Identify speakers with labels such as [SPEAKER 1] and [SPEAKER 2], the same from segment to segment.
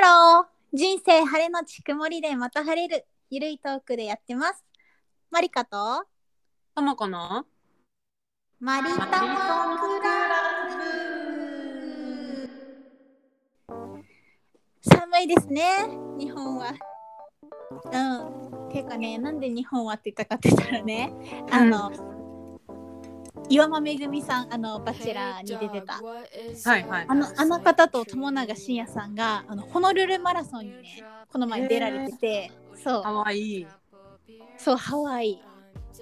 [SPEAKER 1] ロー人生晴れのち曇りでまた晴れるゆるいトークでやってますマリカと
[SPEAKER 2] ともこの
[SPEAKER 1] マリタマクラブ寒いですね日本はうんていうかねなんで日本はって言ったかって言ったらねあの、岩間めぐみさんあのバチェラーに出てた
[SPEAKER 2] はいはい
[SPEAKER 1] あのあの方と友永信也さんがあのホノルルマラソンにねこの前出られててそう
[SPEAKER 2] かわいい
[SPEAKER 1] そうハワイ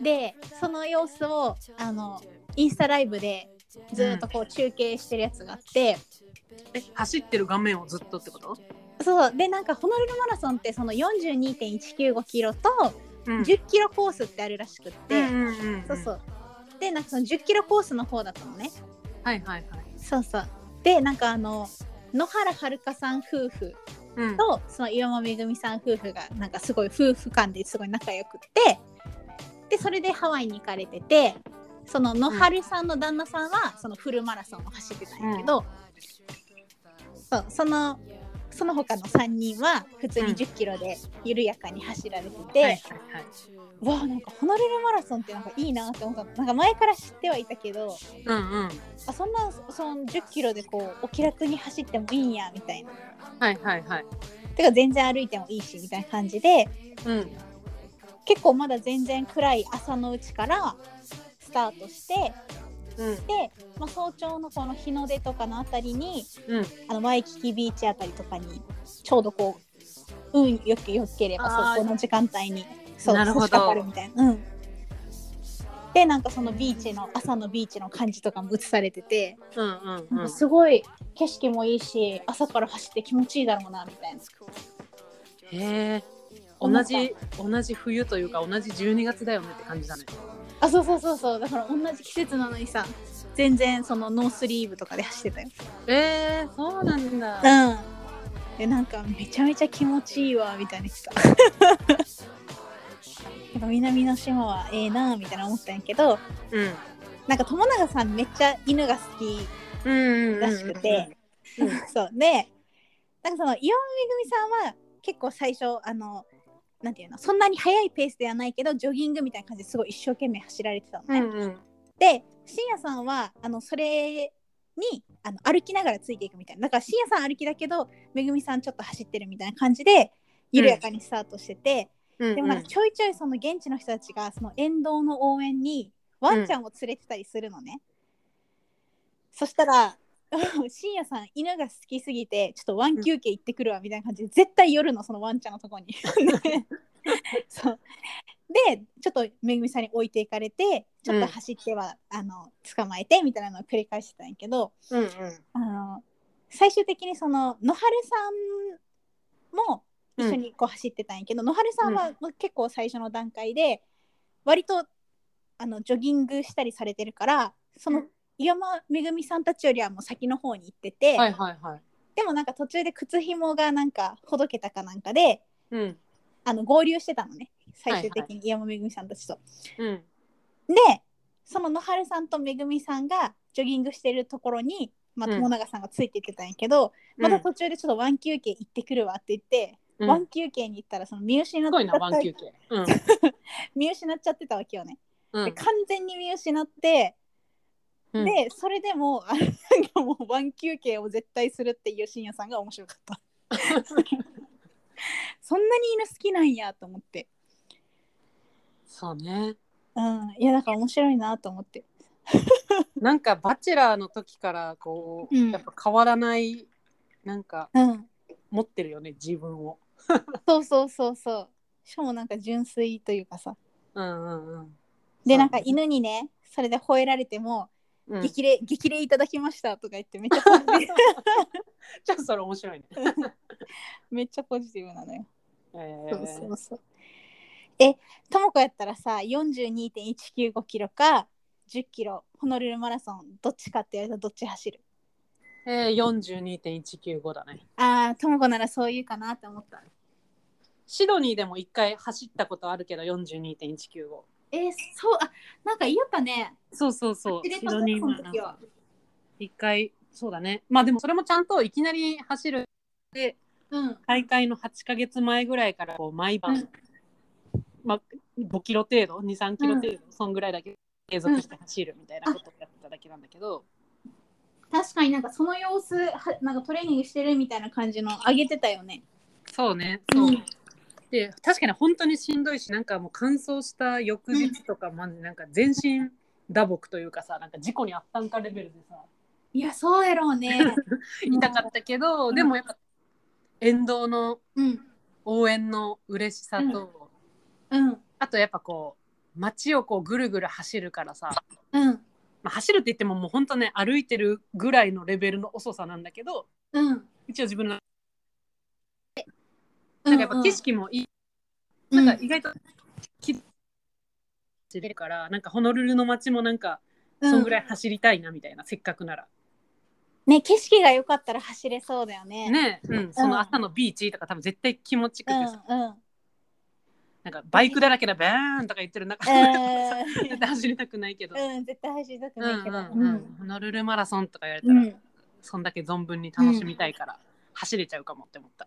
[SPEAKER 1] でその様子をあのインスタライブでずっとこう中継してるやつがあって、
[SPEAKER 2] え走ってる画面をずっとってこと、
[SPEAKER 1] そうそうでなんかホノルルマラソンってその42.195キロと
[SPEAKER 2] うん
[SPEAKER 1] 10キロコースってあるらしくって、
[SPEAKER 2] うんうんうんん
[SPEAKER 1] そうそうでなんかその10キロコースの方だったのね
[SPEAKER 2] はいはいはい
[SPEAKER 1] そうそうでなんかあの野原遥さん夫婦
[SPEAKER 2] うん
[SPEAKER 1] とその岩間めぐみさん夫婦がなんかすごい夫婦間ですごい仲良くってでそれでハワイに行かれててその野春さんの旦那さんはそのフルマラソンを走ってたんやけど、そうそのその他の3人は普通に1 0キロで緩やかに走られてて、
[SPEAKER 2] はいはいはい
[SPEAKER 1] わあなんかホノルルマラソンってなんかいいなって思ったのなんか前から知ってはいたけど
[SPEAKER 2] うんうん
[SPEAKER 1] あそんなその1 0キロでこうお気楽に走ってもいいんやみたいな
[SPEAKER 2] はいはいはい
[SPEAKER 1] てか全然歩いてもいいしみたいな感じで
[SPEAKER 2] うん
[SPEAKER 1] 結構まだ全然暗い朝のうちからスタートして
[SPEAKER 2] うん
[SPEAKER 1] で、まあ、早朝のこの日の出とかのあたりに
[SPEAKER 2] うん
[SPEAKER 1] あのワイキキビーチあたりとかにちょうどこう運よくよければ
[SPEAKER 2] あー
[SPEAKER 1] そうこの時間帯にそう
[SPEAKER 2] なるほ
[SPEAKER 1] 差
[SPEAKER 2] ど
[SPEAKER 1] し掛かるみたいな。うんでなんかそのビーチの朝のビーチの感じとかも映されてて、
[SPEAKER 2] うんうん
[SPEAKER 1] な
[SPEAKER 2] うんん
[SPEAKER 1] かすごい景色もいいし朝から走って気持ちいいだろうなみた いな
[SPEAKER 2] へえ同じ同じ冬というか同じ12月だよねって感じだね
[SPEAKER 1] あそうそうそうそうだから同じ季節なのにさ全然そのノースリーブとかで走ってたよ
[SPEAKER 2] えー、そうなんだ
[SPEAKER 1] うんでなんかめちゃめちゃ気持ちいいわみたいな人 なんか南の島はええなみたいな思ったんやけど
[SPEAKER 2] うん
[SPEAKER 1] なんか友永さんめっちゃ犬が好き
[SPEAKER 2] うんうんうんうん
[SPEAKER 1] らしくて、
[SPEAKER 2] うん
[SPEAKER 1] そうでなんかその岩見めぐみさんは結構最初あのなんていうのそんなに速いペースではないけどジョギングみたいな感じですごい一生懸命走られてたの
[SPEAKER 2] う
[SPEAKER 1] ね、
[SPEAKER 2] んうん
[SPEAKER 1] で深夜さんはあのそれにあの歩きながらついていくみたいなだから深夜さん歩きだけどめぐみさんちょっと走ってるみたいな感じで緩やかにスタートしてて、
[SPEAKER 2] うん
[SPEAKER 1] でもなんかちょいちょいその現地の人たちがその沿道の応援にワンちゃんを連れてたりするのね、そしたら 深夜さん犬が好きすぎてちょっとワン休憩行ってくるわみたいな感じで絶対夜のそのワンちゃんのとこ にそうでちょっとめぐみさんに置いていかれてちょっと走っては、あの捕まえてみたいなのを繰り返してたんやけど、
[SPEAKER 2] うんうん
[SPEAKER 1] あの最終的にその野春さんも一緒にこう走ってたんやけど、野春さんはもう結構最初の段階で割とあのジョギングしたりされてるからそうの
[SPEAKER 2] ん
[SPEAKER 1] 岩間めぐみさんたちよりはもう先の方に行ってて、
[SPEAKER 2] はいはいはい
[SPEAKER 1] でもなんか途中で靴ひもがなんかほどけたかなんかで
[SPEAKER 2] うん
[SPEAKER 1] あの合流してたのね最終的に岩間めぐみさんたちと。
[SPEAKER 2] うん
[SPEAKER 1] でその野春さんとめぐみさんがジョギングしてるところに、まあ、
[SPEAKER 2] うん
[SPEAKER 1] 友永さんがついていってたんやけど、また途中でちょっとワン休憩行ってくるわって言って、
[SPEAKER 2] うん
[SPEAKER 1] ワン休憩に行ったらその見失っ
[SPEAKER 2] す
[SPEAKER 1] ちゃ
[SPEAKER 2] ご
[SPEAKER 1] っ
[SPEAKER 2] いな、ワン休
[SPEAKER 1] た
[SPEAKER 2] 憩。うん。
[SPEAKER 1] 見失っちゃってたわけよね。
[SPEAKER 2] う
[SPEAKER 1] で
[SPEAKER 2] ん
[SPEAKER 1] 完全に見失って、
[SPEAKER 2] うん、
[SPEAKER 1] でそれでも あのなんかもうワン休憩を絶対するっていう深夜さんが面白かった。そんなに犬好きなんやと思って、
[SPEAKER 2] そうね。
[SPEAKER 1] うん、いやだから面白いなと思って。
[SPEAKER 2] なんか、バチェラーの時から、こう、
[SPEAKER 1] うん
[SPEAKER 2] やっぱ変わらない、なんか、
[SPEAKER 1] うん、
[SPEAKER 2] 持ってるよね、自分を。
[SPEAKER 1] そうそうそうそう。しかもなんか純粋というかさ。
[SPEAKER 2] うんうんうん。
[SPEAKER 1] で
[SPEAKER 2] そう
[SPEAKER 1] なんか犬にねそれで吠えられても「
[SPEAKER 2] うん、ち
[SPEAKER 1] 激励激励いただきました」とか言ってめっちゃポジティブ
[SPEAKER 2] ょっとそれ面白いね。
[SPEAKER 1] めっちゃポジティブな のよ。
[SPEAKER 2] え
[SPEAKER 1] そう
[SPEAKER 2] ー
[SPEAKER 1] そうそう。え、ともこやったらさ、42.195キロか10キロ、ホノルルマラソン、どっちかって言われたらどっち走る
[SPEAKER 2] えー、42.195だね。
[SPEAKER 1] ああ、ともこならそう言うかなって思った。
[SPEAKER 2] シドニーでも一回走ったことあるけど、42.195。
[SPEAKER 1] えーそう、あなんかやっぱね、
[SPEAKER 2] そうそうそう。
[SPEAKER 1] 走れ
[SPEAKER 2] シ
[SPEAKER 1] た
[SPEAKER 2] ドニーマラソ
[SPEAKER 1] その
[SPEAKER 2] ン
[SPEAKER 1] 時は
[SPEAKER 2] 一回、そうだね。まあでもそれもちゃんといきなり走るで、
[SPEAKER 1] うん
[SPEAKER 2] 大会の8ヶ月前ぐらいからこう毎晩、
[SPEAKER 1] うん
[SPEAKER 2] まあ、5キロ程度23キロ程度、そんぐらいだけ継続して走るみたいなことをやってただけなんだけど、
[SPEAKER 1] 確かになんかその様子はなんかトレーニングしてるみたいな感じの上げてたよね
[SPEAKER 2] そうね
[SPEAKER 1] う
[SPEAKER 2] そう、
[SPEAKER 1] ん
[SPEAKER 2] で確かに本当にしんどいしなんかもう乾燥した翌日とか、まあなんか全身打撲というかさなんか事故にあったんかレベルでさ
[SPEAKER 1] いやそうやろうね
[SPEAKER 2] 痛かったけど、
[SPEAKER 1] うん
[SPEAKER 2] でもやっぱ沿道の
[SPEAKER 1] うん
[SPEAKER 2] 応援の嬉しさと、
[SPEAKER 1] うん
[SPEAKER 2] あとやっぱこう街をこうぐるぐる走るからさ、
[SPEAKER 1] うん
[SPEAKER 2] まあ、走るって言ってももう本当ね歩いてるぐらいのレベルの遅さなんだけど
[SPEAKER 1] うん
[SPEAKER 2] 一応自分のなんかやっぱ景色もいい、なんか意外とき走れるからなんかホノルルの街もなんかそんぐらい走りたいなみたいな、せっかくなら
[SPEAKER 1] ね景色が良かったら走れそうだよね
[SPEAKER 2] ね、うん、その朝のビーチとか多分絶対気持ちよ
[SPEAKER 1] う
[SPEAKER 2] くて
[SPEAKER 1] ん
[SPEAKER 2] さ、
[SPEAKER 1] うんうん
[SPEAKER 2] なんかバイクだらけだバーンとか言ってる中、絶対 走りたくないけど、
[SPEAKER 1] うん絶対走りたくないけど
[SPEAKER 2] うんうんうんホノルルマラソンとか言われたら、
[SPEAKER 1] うん
[SPEAKER 2] そんだけ存分に楽しみたいから、走れちゃうかもって思った。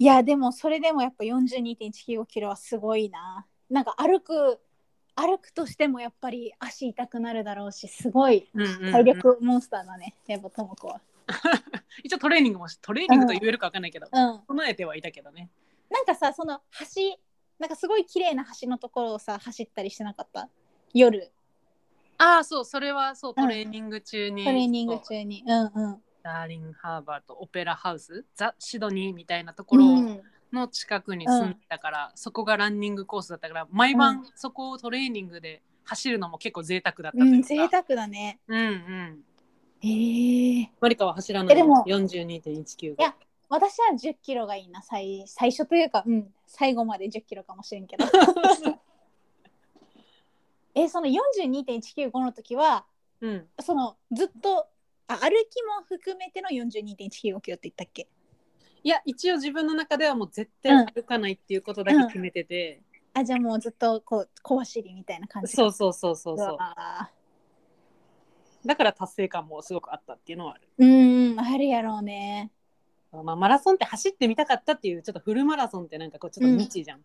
[SPEAKER 1] いやでもそれでもやっぱ42.195キロはすごいななんか歩く歩くとしてもやっぱり足痛くなるだろうしすごい
[SPEAKER 2] うんうんうん
[SPEAKER 1] 体力モンスターだね、やっぱともこは
[SPEAKER 2] 一応トレーニングもしトレーニングと言えるかわかんないけど、
[SPEAKER 1] うん
[SPEAKER 2] 備えてはいたけどね。
[SPEAKER 1] なんかさその橋なんかすごい綺麗な橋のところをさ走ったりしてなかった夜
[SPEAKER 2] ああそうそれはそう
[SPEAKER 1] うん
[SPEAKER 2] トレーニング中に、
[SPEAKER 1] トレーニング中にうんうん
[SPEAKER 2] ダーリンハーバーとオペラハウスザ・シドニーみたいなとこ
[SPEAKER 1] う
[SPEAKER 2] ろ
[SPEAKER 1] ん
[SPEAKER 2] の近くに住んでたから、そこがランニングコースだったから毎
[SPEAKER 1] う
[SPEAKER 2] 晩そこをトレーニングで走るのも結構贅沢だったと
[SPEAKER 1] う
[SPEAKER 2] い
[SPEAKER 1] ん
[SPEAKER 2] うか、
[SPEAKER 1] 贅沢だね
[SPEAKER 2] うんうん
[SPEAKER 1] へえ
[SPEAKER 2] マリカは走らない
[SPEAKER 1] えでも
[SPEAKER 2] 42.195
[SPEAKER 1] いや私は10キロがいいな最最初というか、うん、最後まで10キロかもしれんけ どえその42.195の時は
[SPEAKER 2] うん
[SPEAKER 1] そのずっとあ歩きも含めての42.195キロって言ったっけ
[SPEAKER 2] いや一応自分の中ではもう絶対歩かないっていうことだけ決めてて、
[SPEAKER 1] あじゃあもうずっとこう小走りみたいな感じ
[SPEAKER 2] そうそうそうそうそう
[SPEAKER 1] わ
[SPEAKER 2] だから達成感もすごくあったっていうのはある。
[SPEAKER 1] ーうんあるやろうね
[SPEAKER 2] まあ、マラソンって走ってみたかったっていうちょっとフルマラソンってなんかこうちょっと未知じゃん、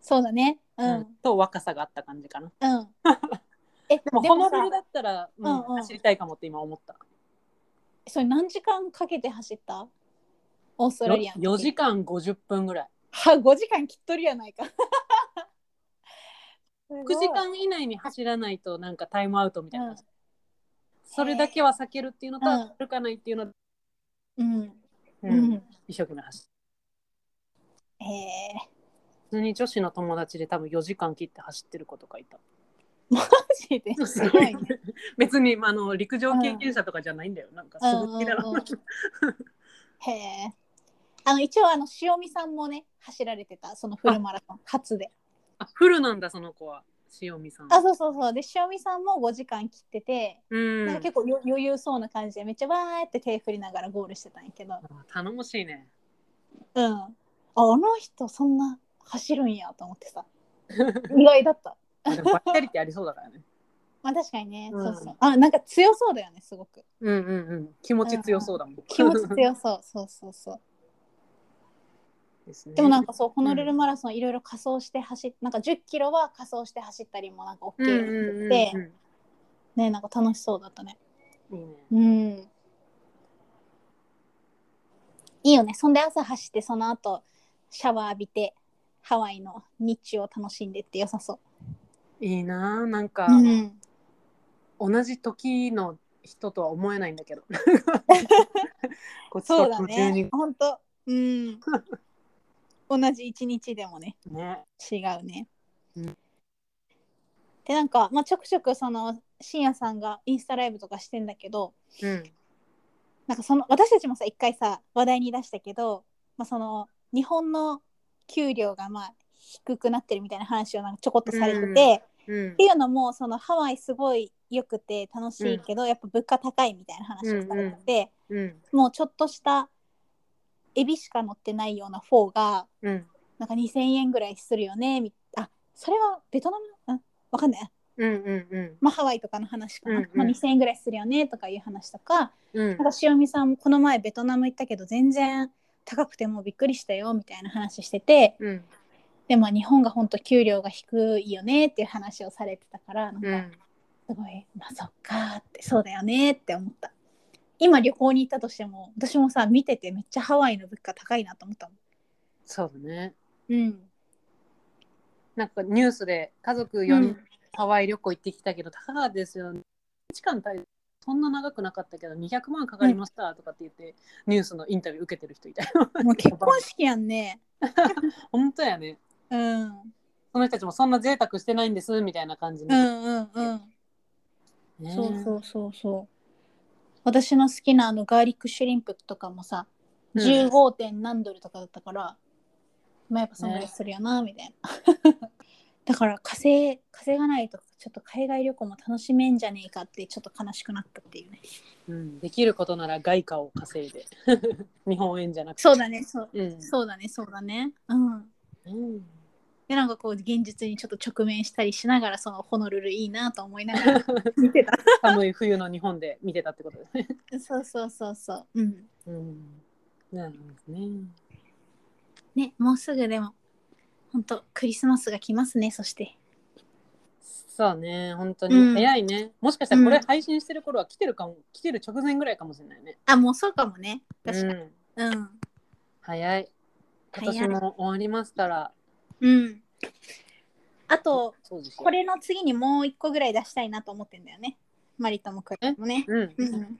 [SPEAKER 1] そうだねうん
[SPEAKER 2] うんと若さがあった感じかな
[SPEAKER 1] うん、 えで
[SPEAKER 2] でもホノルル
[SPEAKER 1] さ
[SPEAKER 2] だったら、うん
[SPEAKER 1] うんうん
[SPEAKER 2] 走りたいかもって今思った
[SPEAKER 1] それ何時間かけて走ったオーストラリアの時
[SPEAKER 2] 4時間50分ぐらい
[SPEAKER 1] は5時間切っとるやないか。
[SPEAKER 2] 9時間以内に走らないとなんかタイムアウトみたいな、それだけは避けるっていうのと、
[SPEAKER 1] うん
[SPEAKER 2] 歩かないっていうのと、
[SPEAKER 1] うん。う
[SPEAKER 2] うん
[SPEAKER 1] ん。
[SPEAKER 2] 一生懸命走
[SPEAKER 1] えー、
[SPEAKER 2] る普通に女子の友達で多分4時間切って走ってる子とかいた
[SPEAKER 1] マジです
[SPEAKER 2] す
[SPEAKER 1] ご
[SPEAKER 2] ご
[SPEAKER 1] い
[SPEAKER 2] い
[SPEAKER 1] ね。
[SPEAKER 2] 別に、まあ、あの陸上経験者とかじゃないんだよ、なんかすごいだな、
[SPEAKER 1] うんうんうんへえ。あの一応あの塩見さんもね走られてたそのフルマラソン初で。
[SPEAKER 2] あフルなんだその子は塩見さん
[SPEAKER 1] あそうそうそうで塩見さんも5時間切ってて、
[SPEAKER 2] うん
[SPEAKER 1] なんか結構よ余裕そうな感じでめっちゃわーって手振りながらゴールしてたんやけど。
[SPEAKER 2] あ頼もしいね。
[SPEAKER 1] うん。ああの人そんな走るんやと思 ってさ意外だった。
[SPEAKER 2] あでもバッテリってありそうだからね。
[SPEAKER 1] まあ確かにね、
[SPEAKER 2] うん
[SPEAKER 1] そうそう。あなんか強そうだよねすごく。
[SPEAKER 2] うんうんうん。気持ち強そうだもん。
[SPEAKER 1] 気持ち強そうそうそうそう
[SPEAKER 2] ですね
[SPEAKER 1] でもなんかそうホノルルマラソンいろいろ仮装して走っなんか10キロは仮装して走ったりもなんか OK って
[SPEAKER 2] うんうんうんうん。
[SPEAKER 1] 言ってねなんか楽しそうだったね
[SPEAKER 2] いいね
[SPEAKER 1] うんいいよねそんで朝走ってその後シャワー浴びてハワイの日中を楽しんでって良さそう
[SPEAKER 2] いいなあなんか、
[SPEAKER 1] うん
[SPEAKER 2] 同じ時の人とは思えないんだ けど。こっち
[SPEAKER 1] そう
[SPEAKER 2] と
[SPEAKER 1] だ
[SPEAKER 2] こっち
[SPEAKER 1] ね
[SPEAKER 2] に
[SPEAKER 1] ほんとうん 同じ一日でもね
[SPEAKER 2] ね。
[SPEAKER 1] 違うね。
[SPEAKER 2] うん
[SPEAKER 1] でなんか、まあ、ちょくちょくその深夜さんがインスタライブとかしてんだけど
[SPEAKER 2] うん。
[SPEAKER 1] なんかその私たちもさ一回さ話題に出したけど、まあ、その日本の給料がまあ低くなってるみたいな話をなんかちょこっとされてて、
[SPEAKER 2] うん
[SPEAKER 1] っ
[SPEAKER 2] うん
[SPEAKER 1] て。いうのもそのハワイすごい良くて楽しいけど、やっぱ物価高いみたいな話をされてて、
[SPEAKER 2] うん。
[SPEAKER 1] もうちょっとしたエビしか乗ってないようなフォーが
[SPEAKER 2] うん。
[SPEAKER 1] なんか2000円ぐらいするよねみあそれはベトナムうんわかんない、
[SPEAKER 2] うんうん
[SPEAKER 1] まあ、ハワイとかの話かな、
[SPEAKER 2] うんうん
[SPEAKER 1] まあ、2000円ぐらいするよねとかいう話とか
[SPEAKER 2] うん。うん
[SPEAKER 1] なんか塩見さんもこの前ベトナム行ったけど全然高くてもうびっくりしたよみたいな話してて
[SPEAKER 2] うん
[SPEAKER 1] でも日本が本当給料が低いよねっていう話をされてたからなん
[SPEAKER 2] う
[SPEAKER 1] か
[SPEAKER 2] ん
[SPEAKER 1] すごい、まあそっかーってそうだよねって思った今旅行に行ったとしても私もさ見ててめっちゃハワイの物価高いなと思ったも
[SPEAKER 2] そうだね
[SPEAKER 1] んうん
[SPEAKER 2] なんかニュースで家族4人ハワイ旅行行ってきたけど、高かったですよ、ね、時間帯そんな長くなかったけど200万かかりましたとかって言って、ニュースのインタビュー受けてる人いた よ
[SPEAKER 1] もう結婚式やんね
[SPEAKER 2] 本当やね
[SPEAKER 1] うんうん
[SPEAKER 2] その人たちもそんな贅沢してないんですみたいな感じ
[SPEAKER 1] う
[SPEAKER 2] の、
[SPEAKER 1] んうん
[SPEAKER 2] ね
[SPEAKER 1] そうそうそうそう私の好きなあのガーリックシュリンプとかもさ、
[SPEAKER 2] うん
[SPEAKER 1] 15. 点何ドルとかだったからまあやっぱそんぐらいするよな、みたいな だから稼い稼がないとちょっと海外旅行も楽しめんじゃねえかってちょっと悲しくなったっていうね
[SPEAKER 2] うん、できることなら外貨を稼いで 日本円じゃなくて
[SPEAKER 1] そうだねそう
[SPEAKER 2] うん
[SPEAKER 1] そうだねそうだねうん
[SPEAKER 2] うん
[SPEAKER 1] でなんかこう現実にちょっと直面したりしながらそのホノルルいいなと思いながら 見てた
[SPEAKER 2] 寒い冬の日本で見てたってことですね。
[SPEAKER 1] そうそうそうそううん
[SPEAKER 2] うん、なるほどね。
[SPEAKER 1] ねもうすぐでも本当クリスマスが来ますねそして
[SPEAKER 2] そうね、本当
[SPEAKER 1] うん
[SPEAKER 2] に早いね。もしかしたらこれ
[SPEAKER 1] うん
[SPEAKER 2] 配信してる頃は来てるかも、来てる直前ぐらいかもしれないね。
[SPEAKER 1] あもうそうかもね確かに
[SPEAKER 2] うん、
[SPEAKER 1] うん
[SPEAKER 2] 早い。今
[SPEAKER 1] 早い
[SPEAKER 2] 年も終わりますから。
[SPEAKER 1] うん、あと
[SPEAKER 2] そうですよ
[SPEAKER 1] これの次にもう一個ぐらい出したいなと思ってんだよねマリともクラもね
[SPEAKER 2] うん、
[SPEAKER 1] うん、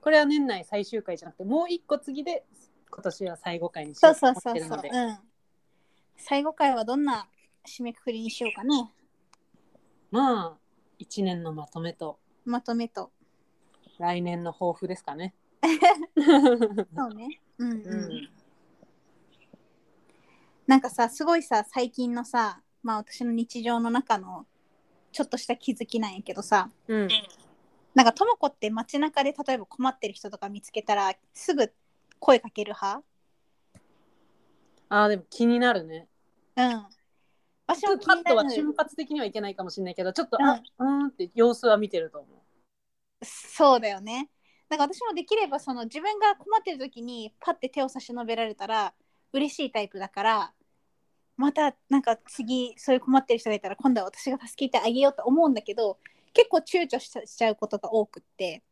[SPEAKER 2] これは年内最終回じゃなくて、もう一個次で今年は最後回にし
[SPEAKER 1] そ
[SPEAKER 2] よ
[SPEAKER 1] う
[SPEAKER 2] うと
[SPEAKER 1] そうそ
[SPEAKER 2] 思っ
[SPEAKER 1] う
[SPEAKER 2] てる
[SPEAKER 1] そ
[SPEAKER 2] の
[SPEAKER 1] う、
[SPEAKER 2] で。
[SPEAKER 1] うん、最後回はどんな締めくくりにしようかね
[SPEAKER 2] まあ、一年のまとめと
[SPEAKER 1] まとめと
[SPEAKER 2] 来年の抱負ですかね。
[SPEAKER 1] そうねうんうん、
[SPEAKER 2] うん
[SPEAKER 1] なんかさすごいさ最近のさまあ私の日常の中のちょっとした気づきなんやけどさ、
[SPEAKER 2] うん
[SPEAKER 1] なんかともこって街中で例えば困ってる人とか見つけたらすぐ声かける派
[SPEAKER 2] ああ、でも気になるね。
[SPEAKER 1] うん。私
[SPEAKER 2] ちょ
[SPEAKER 1] も
[SPEAKER 2] っ
[SPEAKER 1] 気
[SPEAKER 2] とパ
[SPEAKER 1] に
[SPEAKER 2] ッと
[SPEAKER 1] な
[SPEAKER 2] は
[SPEAKER 1] る
[SPEAKER 2] 瞬発的にはいけないかもしれないけど、ちょっと、
[SPEAKER 1] うん
[SPEAKER 2] あうーんって様子は見てると思
[SPEAKER 1] そうだよね。なんか私もできればその自分が困ってる時にパッて手を差し伸べられたら嬉しいタイプだからまたなんか次そういう困ってる人がいたら今度は私が助けてあげようと思うんだけど結構躊躇しちゃしちゃうことが多くって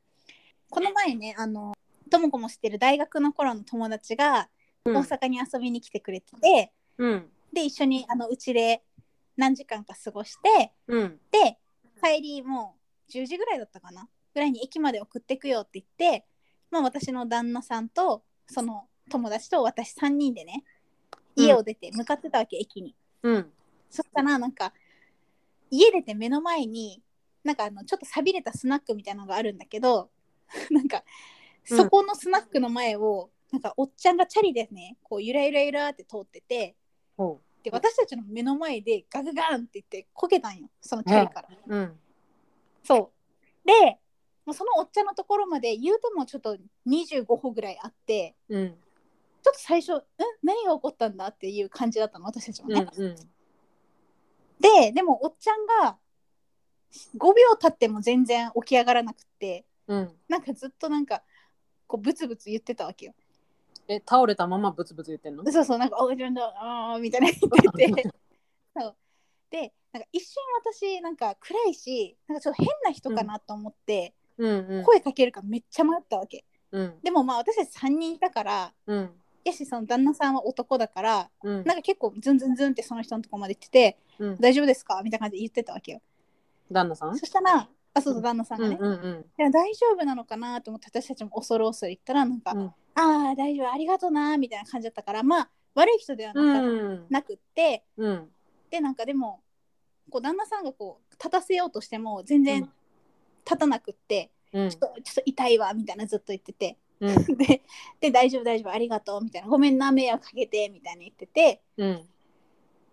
[SPEAKER 1] この前ねあのともこも知ってる大学の頃の友達が
[SPEAKER 2] う。
[SPEAKER 1] 大阪に遊びに来てくれてて、
[SPEAKER 2] うん。
[SPEAKER 1] で一緒にあのうちで何時間か過ごして
[SPEAKER 2] うん。
[SPEAKER 1] で帰りもう10時ぐらいだったかなぐらいに駅まで送ってくよって言って、まあ、私の旦那さんとその友達と私3人でね
[SPEAKER 2] うん
[SPEAKER 1] 家を出て向かってたわけ、駅に
[SPEAKER 2] うん。
[SPEAKER 1] そしたらなんか家出て目の前になんかあのちょっと寂れたスナックみたいなのがあるんだけど なんか
[SPEAKER 2] うん
[SPEAKER 1] そこのスナックの前を、なんかおっちゃんがチャリでねこうゆらゆらゆらって通ってて
[SPEAKER 2] ほ
[SPEAKER 1] で私たちの目の前でガグガンって言ってこけたんよそのチャリから。
[SPEAKER 2] う。うん。
[SPEAKER 1] そうでもうそのおっちゃんのところまで言うてもちょっと25歩ぐらいあって
[SPEAKER 2] うん。
[SPEAKER 1] ちょっと最初「ん何が起こったんだ?」っていう感じだったの私たちも
[SPEAKER 2] う
[SPEAKER 1] ね。
[SPEAKER 2] ん。うん。
[SPEAKER 1] ででもおっちゃんが5秒経っても全然起き上がらなくって
[SPEAKER 2] うん。
[SPEAKER 1] なんかずっとなんかこうブツブツ言ってたわけよ。
[SPEAKER 2] え、倒れたままブツブツ言ってんの
[SPEAKER 1] そうそうなんか「おいちゃんだあー」みたいな言っててそうでなんか一瞬私なんか暗いしなんかちょっと変な人かなと思って、
[SPEAKER 2] うん。うん。
[SPEAKER 1] 声かけるかめっちゃ迷ったわけ。
[SPEAKER 2] うん。
[SPEAKER 1] でもまあ私たち3人いたから
[SPEAKER 2] うん。
[SPEAKER 1] やしその旦那さんは男だから
[SPEAKER 2] うん。
[SPEAKER 1] なんか結構ズンズンズンってその人のとこまで行ってて
[SPEAKER 2] う
[SPEAKER 1] 「
[SPEAKER 2] ん。
[SPEAKER 1] 大丈夫ですか?」みたいな感じで言ってたわけよ。
[SPEAKER 2] 旦那さん
[SPEAKER 1] そしたらあそうそう旦那さんが
[SPEAKER 2] うん。
[SPEAKER 1] ね、
[SPEAKER 2] うん。う
[SPEAKER 1] い
[SPEAKER 2] ん。
[SPEAKER 1] や大丈夫なのかなと思って私たちも恐る恐る言ったらなんか「
[SPEAKER 2] うん
[SPEAKER 1] ああ大丈夫ありがとうな」みたいな感じだったからまあ悪い人では
[SPEAKER 2] う
[SPEAKER 1] なか
[SPEAKER 2] ん。
[SPEAKER 1] なくって、
[SPEAKER 2] うん。
[SPEAKER 1] でなんかでもこう旦那さんがこう立たせようとしても全然立たなくって、
[SPEAKER 2] うん。
[SPEAKER 1] ちょっとちょっと痛いわみたいなずっと言ってて。
[SPEAKER 2] うん。
[SPEAKER 1] でで大丈夫大丈夫ありがとうみたいなごめんな迷惑かけてみたいに言ってて
[SPEAKER 2] うん。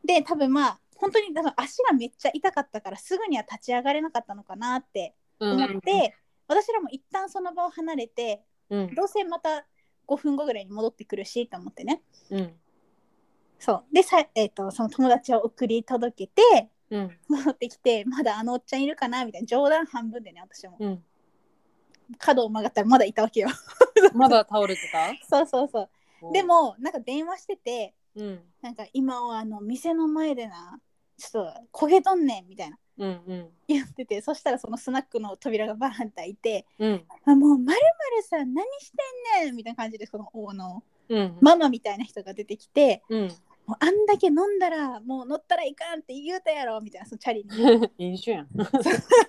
[SPEAKER 1] で多分まあ本当に多分足がめっちゃ痛かったからすぐには立ち上がれなかったのかなって
[SPEAKER 2] うん。
[SPEAKER 1] 思って、私らも一旦その場を離れて
[SPEAKER 2] うん。
[SPEAKER 1] どうせまた5分後ぐらいに戻ってくるしと思ってね
[SPEAKER 2] うん。
[SPEAKER 1] そうでさ、えー、とその友達を送り届けて
[SPEAKER 2] うん。
[SPEAKER 1] 戻ってきてまだあのおっちゃんいるかなみたいな冗談半分でね私も
[SPEAKER 2] うん。
[SPEAKER 1] 角を曲がったらまだいたわけよ
[SPEAKER 2] まだ倒れてた
[SPEAKER 1] そうそうそうで、もなんか電話してて
[SPEAKER 2] うん、
[SPEAKER 1] なんか今はあの店の前でなちょっと焦げとんねんみたいな
[SPEAKER 2] うん、うん、
[SPEAKER 1] 言っててそしたらそのスナックの扉がバーンって開いて
[SPEAKER 2] うん、
[SPEAKER 1] 「あもうまるまるさん何してんねん」みたいな感じでそのおの
[SPEAKER 2] うん、
[SPEAKER 1] ママみたいな人が出てきて
[SPEAKER 2] うん、
[SPEAKER 1] 「もうあんだけ飲んだらもう乗ったらいかん」って言うたやろみたいなそのチャリに
[SPEAKER 2] 飲酒やん。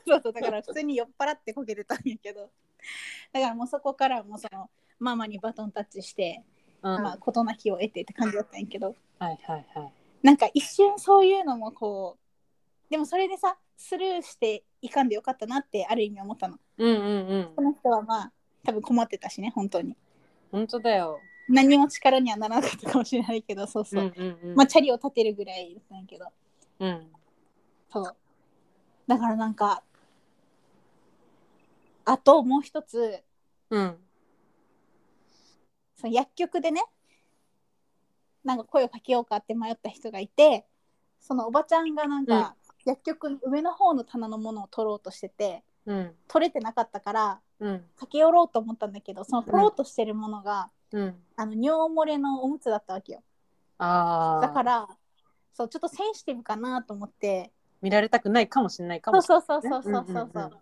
[SPEAKER 1] そうそうだから普通に酔っ払ってこけてたんやけどだからもうそこからもうそのママにバトンタッチして、
[SPEAKER 2] う
[SPEAKER 1] ま
[SPEAKER 2] ん、
[SPEAKER 1] あ
[SPEAKER 2] はい、
[SPEAKER 1] 事なきを得てって感じだったんやけど
[SPEAKER 2] はい、はい。
[SPEAKER 1] なんか一瞬そういうのもこうでもそれでさスルーしていかんでよかったなってある意味思ったの
[SPEAKER 2] うん、うん、うん
[SPEAKER 1] こ。の人はまあ多分困ってたしね本当に
[SPEAKER 2] 本当だよ。
[SPEAKER 1] 何も力にはならなかったかもしれないけどそう
[SPEAKER 2] うん、
[SPEAKER 1] そうう、
[SPEAKER 2] ん、うん。
[SPEAKER 1] まあチャリを立てるぐらいなんやけど
[SPEAKER 2] うん、
[SPEAKER 1] そうだからなんかあともう一つ
[SPEAKER 2] うん、
[SPEAKER 1] その薬局でねなんか声をかけようかって迷った人がいてそのおばちゃんがなんか、薬局の上の方の棚のものを取ろうとしてて
[SPEAKER 2] うん、
[SPEAKER 1] 取れてなかったから
[SPEAKER 2] うん、
[SPEAKER 1] 駆け寄ろうと思ったんだけどその取ろうとしてるものが、
[SPEAKER 2] うん。
[SPEAKER 1] あの尿漏れのおむつだったわけよ
[SPEAKER 2] ああ。
[SPEAKER 1] だからそうちょっとセンシティブかなと思って
[SPEAKER 2] 見られたくないかもしれないか
[SPEAKER 1] そ
[SPEAKER 2] も
[SPEAKER 1] う
[SPEAKER 2] し
[SPEAKER 1] そうそうそうそうそうそう、
[SPEAKER 2] うんうんうん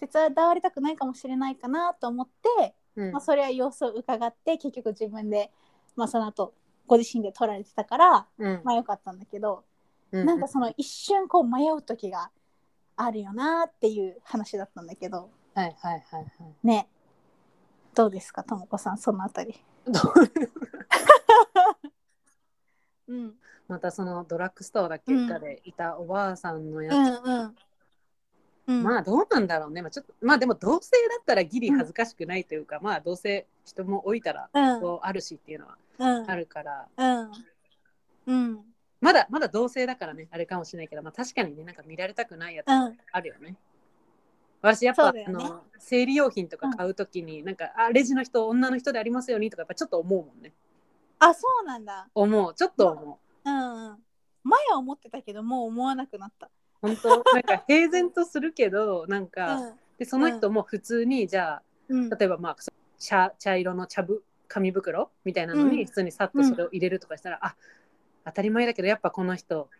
[SPEAKER 1] 手伝われたくないかもしれないかなと思って、
[SPEAKER 2] れない。
[SPEAKER 1] まあ、それは様子を伺って結局自分で、まあ、その後ご自身で取られてたから、
[SPEAKER 2] うん、
[SPEAKER 1] まあ、よかったんだけど、
[SPEAKER 2] うん、
[SPEAKER 1] なんかその一瞬こう迷う時があるよなっていう話だったんだけど
[SPEAKER 2] はい、はい、はい、はい。
[SPEAKER 1] ねどうですかともこさんそのあたり。 うん、
[SPEAKER 2] またそのドラッグストアだっけ
[SPEAKER 1] うん
[SPEAKER 2] かでいたおばあさんのや
[SPEAKER 1] う
[SPEAKER 2] つ、
[SPEAKER 1] んうんうん
[SPEAKER 2] まあどうなんだろうね、まあ、ちょっとまあでも同性だったらギリ恥ずかしくないというか、まあどうせ人も老いたら
[SPEAKER 1] うん
[SPEAKER 2] こうあるしっていうのは
[SPEAKER 1] うん
[SPEAKER 2] あるから、
[SPEAKER 1] うんうん
[SPEAKER 2] まだまだ同性だからねあれかもしれないけど、まあ、確かにねなんか見られたくないやつ
[SPEAKER 1] うん
[SPEAKER 2] あるよね。私やっぱ、
[SPEAKER 1] そうだよ
[SPEAKER 2] あ
[SPEAKER 1] ね
[SPEAKER 2] の生理用品とか買うときに、なんかあレジの人女の人でありますようにとかやっぱちょっと思うもんね
[SPEAKER 1] あそうなんだ
[SPEAKER 2] 思うちょっと思う
[SPEAKER 1] うんうん前は思ってたけどもう思わなくなった
[SPEAKER 2] 本 当なんか平然とするけどなんか、
[SPEAKER 1] うん
[SPEAKER 2] でその人も普通にじゃあ
[SPEAKER 1] うん
[SPEAKER 2] 例えばまあそ茶茶色の茶ぶ紙袋みたいなの
[SPEAKER 1] う
[SPEAKER 2] に
[SPEAKER 1] ん
[SPEAKER 2] 普通にさっとそれを入れるとかしたら、あ当たり前だけどやっぱこの人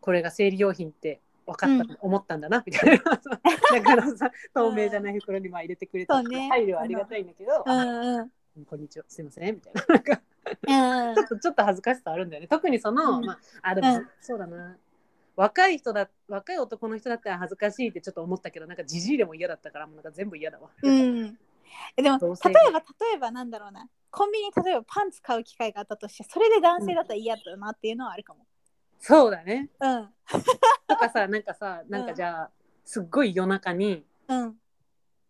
[SPEAKER 2] これが生理用品って分かった、
[SPEAKER 1] う
[SPEAKER 2] 思ったんだなみ たいなだからさ透明じゃない袋にまあ入れてくれた
[SPEAKER 1] そうね
[SPEAKER 2] 配慮はありがたいんだけど、
[SPEAKER 1] うんうん
[SPEAKER 2] あこんにちはすいませんみたいななんか
[SPEAKER 1] うん
[SPEAKER 2] ちょっとちょっと恥ずかしさあるんだよね特にその、
[SPEAKER 1] うん
[SPEAKER 2] まああでも、
[SPEAKER 1] うん
[SPEAKER 2] そうだな若い人だ若い男の人だったら恥ずかしいってちょっと思ったけどなんかじじいでも嫌だったからもうなんか全部嫌だわ。
[SPEAKER 1] うんえでも例
[SPEAKER 2] どうせ
[SPEAKER 1] えば例えばなんだろうなコンビニに例えばパンツ買う機会があったとしてそれで男性だったら嫌だなっていうのはあるかも
[SPEAKER 2] そうだね
[SPEAKER 1] うん
[SPEAKER 2] とかさなんかさなんかじゃあ、すっごい夜中に
[SPEAKER 1] うん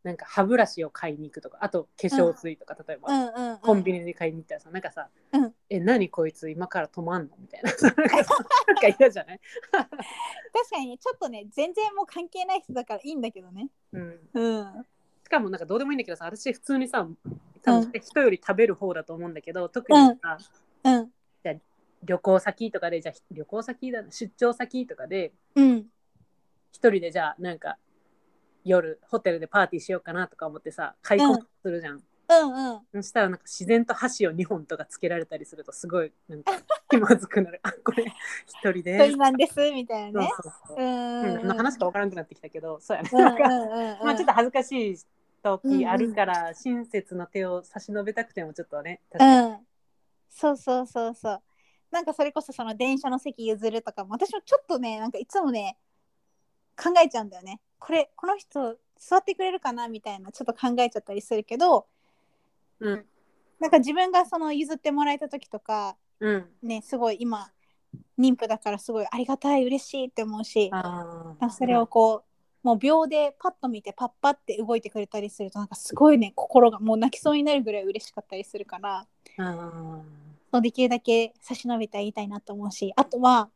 [SPEAKER 2] なんか歯ブラシを買いに行くとかあと化粧水とか、例えば、
[SPEAKER 1] うんうん
[SPEAKER 2] コンビ
[SPEAKER 1] ニ
[SPEAKER 2] ニで買いに行ったらさなんかさ「
[SPEAKER 1] うん
[SPEAKER 2] え何こいつ今から止まんの?」みたいななん かさなんか嫌じゃない、
[SPEAKER 1] 確かにねちょっとね全然もう関係ない人だからいいんだけどね
[SPEAKER 2] うん、
[SPEAKER 1] うん
[SPEAKER 2] しかもなんかどうでもいいんだけどさ私普通にさ多分人より食べる方だと思うんだけど、特にさ
[SPEAKER 1] うん
[SPEAKER 2] 旅行先とかでじゃあ旅行先だな出張先とかで
[SPEAKER 1] うん
[SPEAKER 2] 一人でじゃあなんか夜ホテルでパーティーしようかなとか思ってさ買い込むするじゃん
[SPEAKER 1] うんうん
[SPEAKER 2] そしたらなんか自然と箸を2本とかつけられたりするとすごいなん か気まずくなる。あこれ一人で。
[SPEAKER 1] それなんですみたいなね
[SPEAKER 2] そうそ
[SPEAKER 1] う
[SPEAKER 2] うそう。
[SPEAKER 1] ん
[SPEAKER 2] うん、の話が分からなくなってきたけど、そうやね。
[SPEAKER 1] うんう
[SPEAKER 2] なん
[SPEAKER 1] ん
[SPEAKER 2] か
[SPEAKER 1] うんうん
[SPEAKER 2] まあちょっと恥ずかしい時あるから、親切の手を差し伸べたくてもちょっとね。確かに
[SPEAKER 1] うん、そうそうそうそうなんかそれこそその電車の席譲るとかも私もちょっとねなんかいつもね考えちゃうんだよねこれこの人座ってくれるかなみたいなちょっと考えちゃったりするけど
[SPEAKER 2] うん。
[SPEAKER 1] なんか自分がその譲ってもらえた時とか
[SPEAKER 2] うん。
[SPEAKER 1] ねすごい今妊婦だからすごいありがたい嬉しいって思うし
[SPEAKER 2] あ
[SPEAKER 1] なんかそれをこうもう秒でパッと見てパッパって動いてくれたりするとなんかすごいね心がもう泣きそうになるぐらい嬉しかったりするから。
[SPEAKER 2] あー
[SPEAKER 1] そうできるだけ差し伸べて言いたいなと思うしあとは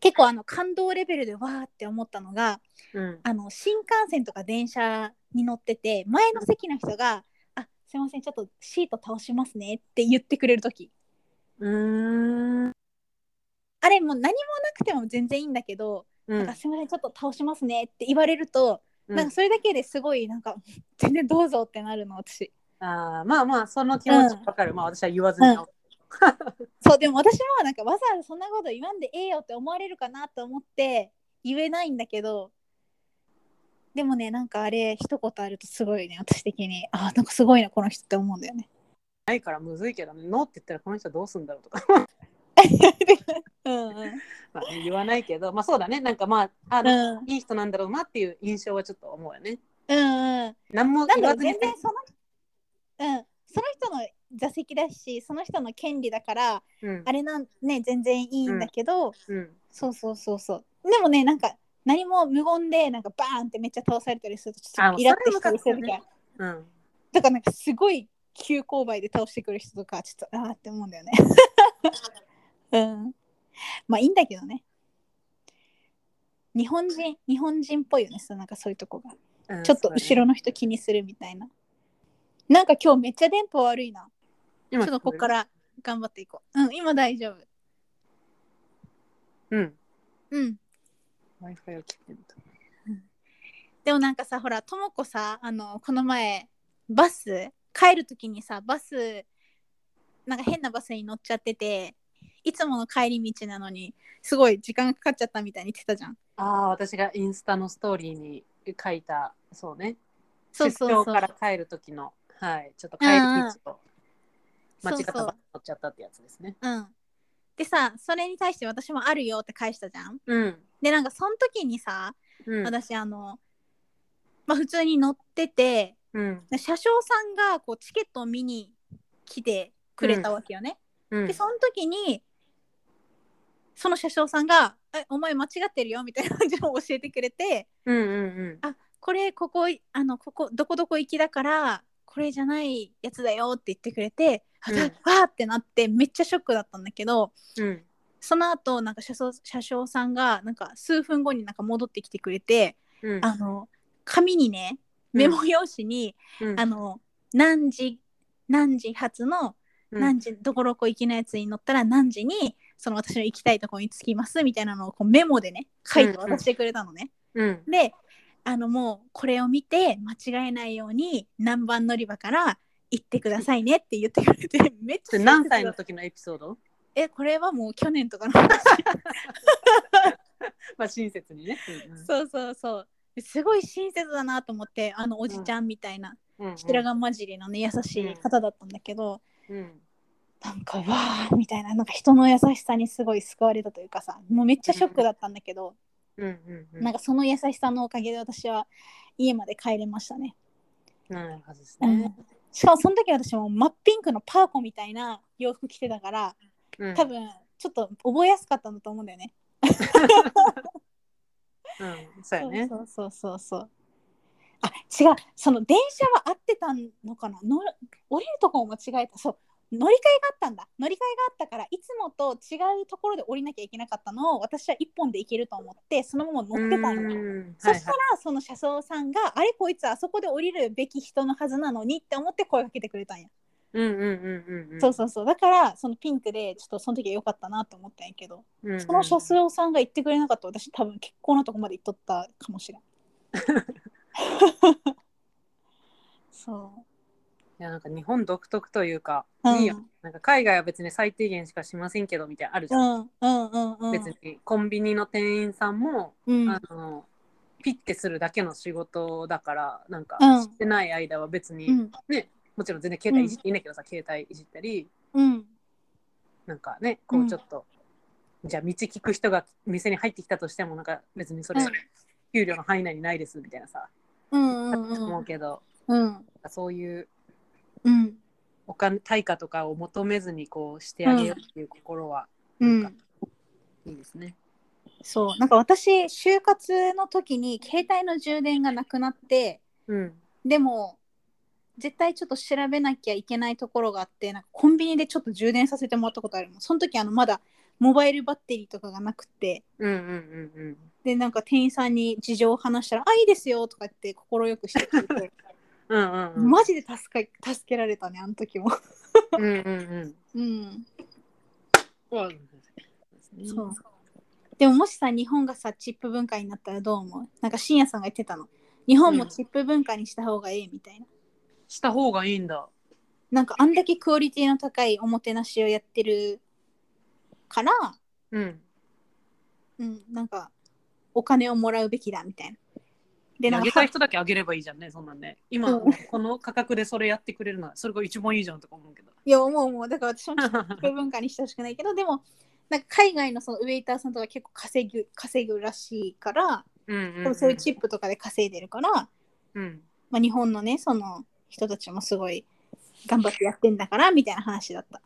[SPEAKER 1] 結構あの感動レベルでわーって思ったのが
[SPEAKER 2] うん。
[SPEAKER 1] あの新幹線とか電車に乗ってて前の席の人が「あすいませんちょっとシート倒しますね」って言ってくれる時
[SPEAKER 2] うーん。
[SPEAKER 1] あれもう何もなくても全然いいんだけど「
[SPEAKER 2] う
[SPEAKER 1] なんかすいませんちょっと倒しますね」って言われると、なん
[SPEAKER 2] ん
[SPEAKER 1] か。それだけですごいなんか全然どうぞってなるの私。
[SPEAKER 2] あーまあまあ、その気持ちわかる。まあ私は言わずに。
[SPEAKER 1] うんそうでも私もなんかわざわざそんなこと言わんでええよって思われるかなと思って言えないんだけどでもねなんかあれ一言あるとすごいね私的にあなんかすごいなこの人って思うんだよね。
[SPEAKER 2] ないからむずいけどね、ノーって言ったらこの人どうすんだろうとか、
[SPEAKER 1] うんうん
[SPEAKER 2] まあ、言わないけど、まあそうだね、なんかまあ、あの、
[SPEAKER 1] うん
[SPEAKER 2] いい人なんだろうなっていう印象はちょっと思うよね。
[SPEAKER 1] うんうん
[SPEAKER 2] 何も
[SPEAKER 1] なん
[SPEAKER 2] 言
[SPEAKER 1] だろ
[SPEAKER 2] わ
[SPEAKER 1] う
[SPEAKER 2] ずに
[SPEAKER 1] 全然その,、うん、その人の座席だしその人の権利だから
[SPEAKER 2] うん
[SPEAKER 1] あれなんね全然いいんだけど、
[SPEAKER 2] うん
[SPEAKER 1] そうそうそうそうでもねなんか何も無言でなんかバーンってめっちゃ倒されたりするとちょっ
[SPEAKER 2] あ
[SPEAKER 1] とイラッとしたりする時
[SPEAKER 2] それ
[SPEAKER 1] は
[SPEAKER 2] はうん、
[SPEAKER 1] だからなんかすごい急勾配で倒してくる人とかちょっとああって思うんだよね。うん。まあいいんだけどね。日本人日本人っぽいよねそうなんかそういうとこが。
[SPEAKER 2] うん
[SPEAKER 1] ちょっと
[SPEAKER 2] そうだね
[SPEAKER 1] 後ろの人気にするみたいな。なんか今日めっちゃ電波悪いな。ちょ
[SPEAKER 2] 今
[SPEAKER 1] っとここから頑張っていこう。うん今大丈夫。
[SPEAKER 2] うん
[SPEAKER 1] うん。
[SPEAKER 2] Wi-Fi を切ってんだ
[SPEAKER 1] でもなんかさほらともこさあのこの前バス帰る時にさバスなんか変なバスに乗っちゃってていつもの帰り道なのにすごい時間がかかっちゃったみたいに言ってたじゃん
[SPEAKER 2] ああ私がインスタのストーリーに書いたそうね
[SPEAKER 1] そうそうそう
[SPEAKER 2] 出張から帰る時のはいちょっと帰り道を間違った
[SPEAKER 1] そう
[SPEAKER 2] バ
[SPEAKER 1] そ
[SPEAKER 2] ス乗っちゃったってやつですね
[SPEAKER 1] う、うん、でさそれに対して私もあるよって返したじゃん
[SPEAKER 2] うん、
[SPEAKER 1] でなんかその時にさ
[SPEAKER 2] うん
[SPEAKER 1] 私あの、まあ、普通に乗ってて
[SPEAKER 2] うん
[SPEAKER 1] 車掌さんがこうチケットを見に来てくれたわけよね、
[SPEAKER 2] うん
[SPEAKER 1] でその時にその車掌さんが「えお前間違ってるよ」みたいな感じを教えてくれて
[SPEAKER 2] うんう
[SPEAKER 1] 「
[SPEAKER 2] ん
[SPEAKER 1] あこれここあのここどこどこ行きだからこれじゃないやつだよ」って言ってくれて「あ
[SPEAKER 2] うん
[SPEAKER 1] だわーってなってめっちゃショックだったんだけど
[SPEAKER 2] うん
[SPEAKER 1] その後なんか車掌車掌さんがなんか数分後になんか戻ってきてくれて
[SPEAKER 2] うん
[SPEAKER 1] あの紙にねメモ用紙に、
[SPEAKER 2] うん
[SPEAKER 1] あの何時何時発の
[SPEAKER 2] うん
[SPEAKER 1] 何時どこどこ行きのやつに乗ったら何時にその私の行きたいとこに着きますみたいなのをこうメモでね書いて渡してくれたのね。
[SPEAKER 2] うん
[SPEAKER 1] であのもうこれを見て間違えないように何番乗り場から行ってくださいねって言ってくれ てめっ
[SPEAKER 2] そ
[SPEAKER 1] ちゃ
[SPEAKER 2] れ何歳の時のエピソード
[SPEAKER 1] えこれはもう去年とかの話
[SPEAKER 2] まあ親切にね
[SPEAKER 1] そうそうそうすごい親切だなと思ってあのおじちゃんみたいな
[SPEAKER 2] うん
[SPEAKER 1] 白髪混じりのね優しい方だったんだけど、
[SPEAKER 2] うん
[SPEAKER 1] なんかわーみたいななんか人の優しさにすごい救われたというかさもうめっちゃショックだったんだけど、
[SPEAKER 2] うんうんうん
[SPEAKER 1] なんかその優しさのおかげで私は家まで帰れましたね。
[SPEAKER 2] なるはずです
[SPEAKER 1] うん
[SPEAKER 2] ね
[SPEAKER 1] しかもその時私も真っピンクのパーコみたいな洋服着てたから
[SPEAKER 2] うん
[SPEAKER 1] 多分ちょっと覚えやすかったんだと思うんだよね。
[SPEAKER 2] うんそうやね
[SPEAKER 1] そうそうそうそう。あ違うその電車は合ってたのかな乗る降りるとこも間違えたそう乗り換えがあったんだ乗り換えがあったからいつもと違うところで降りなきゃいけなかったのを私は一本で行けると思ってそのまま乗ってたのよ。
[SPEAKER 2] うん
[SPEAKER 1] そした
[SPEAKER 2] は
[SPEAKER 1] らその車掌さんが、あれこいつあそこで降りるべき人のはずなのにって思って声かけてくれたんや、
[SPEAKER 2] いはいうんうんうんうんうん
[SPEAKER 1] そうそうそうだからそのピンクでちょっとその時は良かったなと思ったんやけど、
[SPEAKER 2] うんうん
[SPEAKER 1] その車掌さんが言ってくれなかったら私多分結構なとこまで行っとったかもしれんそ
[SPEAKER 2] いやなんか日本独特というか、
[SPEAKER 1] うん
[SPEAKER 2] いいよなんか海外は別に最低限しかしませんけどみたいなのあるじ
[SPEAKER 1] うう
[SPEAKER 2] ゃん、
[SPEAKER 1] んうんうんうん
[SPEAKER 2] 別にコンビニの店員さんも、
[SPEAKER 1] うん
[SPEAKER 2] あのピッてするだけの仕事だからなんか
[SPEAKER 1] うん
[SPEAKER 2] してない間は別に、
[SPEAKER 1] うん
[SPEAKER 2] ねもちろん全然携帯いじっていいんだけどさ、携帯いじったり
[SPEAKER 1] うん
[SPEAKER 2] なんかねこ
[SPEAKER 1] うん
[SPEAKER 2] うちょっと、じゃあ道聞く人が店に入ってきたとしてもなんか別にそれ、
[SPEAKER 1] うん
[SPEAKER 2] 給料の範囲内にないですみたいなさ、
[SPEAKER 1] うんう
[SPEAKER 2] あ
[SPEAKER 1] ん
[SPEAKER 2] ると
[SPEAKER 1] う
[SPEAKER 2] 思うんけど
[SPEAKER 1] うん
[SPEAKER 2] そういう
[SPEAKER 1] うん
[SPEAKER 2] お金対価とかを求めずにこうしてあげようっていう心は
[SPEAKER 1] うん
[SPEAKER 2] いいですね。
[SPEAKER 1] そうなんか私就活の時に携帯の充電がなくなって
[SPEAKER 2] うん。
[SPEAKER 1] でも絶対ちょっと調べなきゃいけないところがあってなんかコンビニでちょっと充電させてもらったことあるもんその時あのまだモバイルバッテリーとかがなくて
[SPEAKER 2] うんうんうん
[SPEAKER 1] でなんか店員さんに事情を話したら「あいいですよ」とか言って快くしてくれて
[SPEAKER 2] うん。うんうんうん。
[SPEAKER 1] マジで助か助けられたねあの時も
[SPEAKER 2] うんうん
[SPEAKER 1] うん
[SPEAKER 2] うん。
[SPEAKER 1] そうでももしさ日本がさチップ文化になったらどう思うなんか深夜さんが言ってたの日本もチップ文化にした方がいいみたいな、
[SPEAKER 2] した方がいいんだ。
[SPEAKER 1] なんかあんだけクオリティの高いおもてなしをやってるから、
[SPEAKER 2] うん。
[SPEAKER 1] うん、なんかお金をもらうべきだみたいな。で、な
[SPEAKER 2] あ
[SPEAKER 1] ん
[SPEAKER 2] げたい
[SPEAKER 1] か
[SPEAKER 2] 人だけあげればいいじゃんね、そんなんね。今、
[SPEAKER 1] うん
[SPEAKER 2] この価格でそれやってくれるのは、それが一番いいじゃんとか思 うけど。
[SPEAKER 1] いや思う思うだから私もちょっと食文化にしてほしくないけどでもなんか海外のそのウェイターさんとか結構稼ぐ稼ぐらしいから、
[SPEAKER 2] うんうん
[SPEAKER 1] でもそういうチップとかで稼いでるから、
[SPEAKER 2] うん。
[SPEAKER 1] まあ、日本のねその人たちもすごい頑張ってやってんだからみたいな話だった。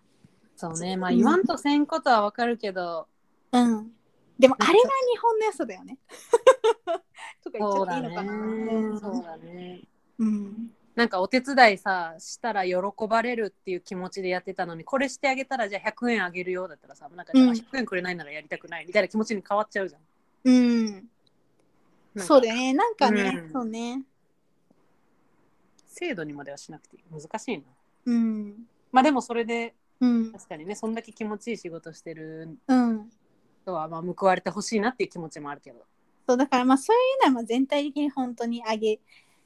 [SPEAKER 2] そうね、まあ言わんとせんことはわかるけど、
[SPEAKER 1] うん、でもあれが日本の良さだよね。 とか言っちゃ
[SPEAKER 2] そ
[SPEAKER 1] ってい
[SPEAKER 2] うだ
[SPEAKER 1] い
[SPEAKER 2] ね
[SPEAKER 1] のかな。うん
[SPEAKER 2] そうだね。
[SPEAKER 1] うん
[SPEAKER 2] なんかお手伝いさしたら喜ばれるっていう気持ちでやってたのにこれしてあげたらじゃあ100円あげるよだったらさなんか
[SPEAKER 1] うん
[SPEAKER 2] 100円くれないならやりたくないみたいな気持ちに変わっちゃうじゃん。
[SPEAKER 1] うん、
[SPEAKER 2] なんか
[SPEAKER 1] そうだよね。なんかね、
[SPEAKER 2] うん
[SPEAKER 1] そうね。
[SPEAKER 2] 制度にまではしなくていい難しいな。
[SPEAKER 1] うん。
[SPEAKER 2] まあでもそれで
[SPEAKER 1] うん。
[SPEAKER 2] 確かにねそんだけ気持ちいい仕事してる
[SPEAKER 1] うん。
[SPEAKER 2] 人はまあ報われてほしいなっていう気持ちもあるけど。
[SPEAKER 1] そう、だからまあそういうのはまあ全体的に本当に上げ、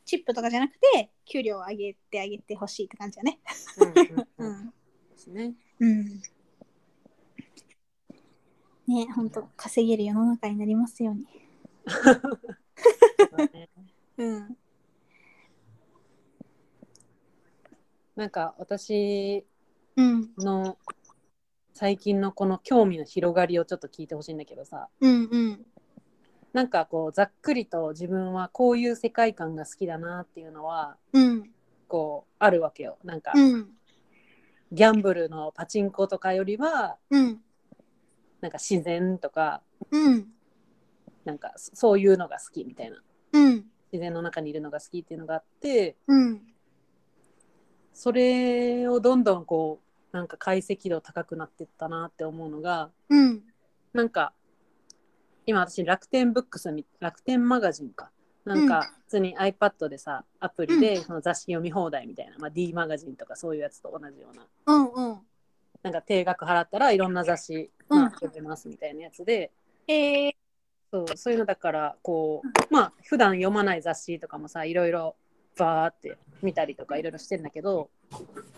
[SPEAKER 1] チップとかじゃなくて、給料を上げてあげてほしいって感じだね。
[SPEAKER 2] うんうんうん
[SPEAKER 1] ん。
[SPEAKER 2] ですね
[SPEAKER 1] うん。ね、本当稼げる世の中になりますように。
[SPEAKER 2] そうだね
[SPEAKER 1] うん。
[SPEAKER 2] なんか私
[SPEAKER 1] うん。
[SPEAKER 2] の最近のこの興味の広がりをちょっと聞いてほしいんだけどさ。
[SPEAKER 1] うんうん。
[SPEAKER 2] なんかこうざっくりと自分はこういう世界観が好きだなっていうのは
[SPEAKER 1] うん。
[SPEAKER 2] こうあるわけよなんか
[SPEAKER 1] うん。
[SPEAKER 2] ギャンブルのパチンコとかよりは
[SPEAKER 1] うん。
[SPEAKER 2] なんか自然とか
[SPEAKER 1] うん。
[SPEAKER 2] なんかそそういうのが好きみたいな
[SPEAKER 1] うん。
[SPEAKER 2] 自然の中にいるのが好きっていうのがあって
[SPEAKER 1] うん。
[SPEAKER 2] それをどんどんこうなんか解析度高くなってったなって思うのが
[SPEAKER 1] うん。
[SPEAKER 2] なんか今私楽天ブックスみ楽天マガジンかなんか普通に iPad でさアプリでその雑誌読み放題みたいな、まあ、D マガジンとかそういうやつと同じような
[SPEAKER 1] うん。うん。
[SPEAKER 2] なんか定額払ったらいろんな雑誌
[SPEAKER 1] うん
[SPEAKER 2] まあ読めますみたいなやつで、
[SPEAKER 1] えー。
[SPEAKER 2] そうそういうのだからこうまあ普段読まない雑誌とかもさいろいろバーって見たりとかいろいろしてんだけど、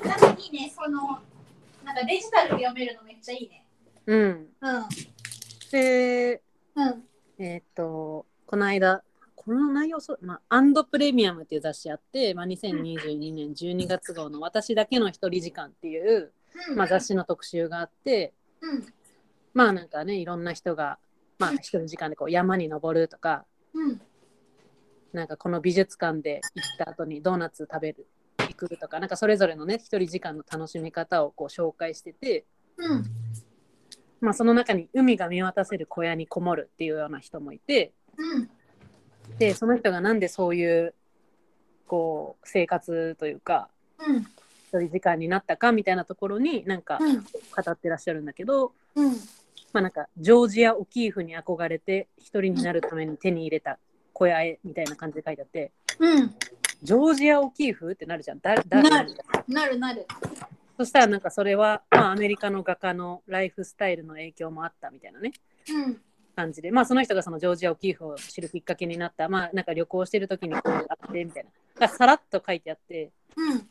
[SPEAKER 1] なんかいいね、その、なんかデジタルで読めるのめっちゃいいね。
[SPEAKER 2] うん、
[SPEAKER 1] うん。
[SPEAKER 2] で
[SPEAKER 1] うん。
[SPEAKER 2] えーっとこの間この内容そう、まあ、アンドプレミアムっていう雑誌あって、まあ、2022年12月号の「私だけの一人時間」っていう、
[SPEAKER 1] うん。
[SPEAKER 2] まあ、雑誌の特集があって
[SPEAKER 1] うん。
[SPEAKER 2] まあなんかねいろんな人が、まあ、一人時間でこう山に登るとか
[SPEAKER 1] うん。
[SPEAKER 2] なんかこの美術館で行った後にドーナツ食べる行くとかなんかそれぞれのね一人時間の楽しみ方をこう紹介してて、
[SPEAKER 1] うん。
[SPEAKER 2] まあ、その中に海が見渡せる小屋にこもるっていうような人もいて。
[SPEAKER 1] うん。
[SPEAKER 2] でその人がなんでそういうこう生活というか
[SPEAKER 1] うん。
[SPEAKER 2] 一人時間になったかみたいなところになんか
[SPEAKER 1] うん。
[SPEAKER 2] 語ってらっしゃるんだけど、
[SPEAKER 1] うん。
[SPEAKER 2] まあ、なんかジョージア・オキーフに憧れて一人になるために手に入れた小屋へみたいな感じで書いてあって
[SPEAKER 1] うん。
[SPEAKER 2] ジョージア・オキーフってなるじゃんだ誰
[SPEAKER 1] なるなるなる。
[SPEAKER 2] そしたらなんかそれは、まあ、アメリカの画家のライフスタイルの影響もあったみたいなね
[SPEAKER 1] うん。
[SPEAKER 2] 感じで、まあ、その人がそのジョージア・オキーフを知るきっかけになった、まあ、なんか旅行してる時にこうあってみたいながさらっと書いてあって。
[SPEAKER 1] うん。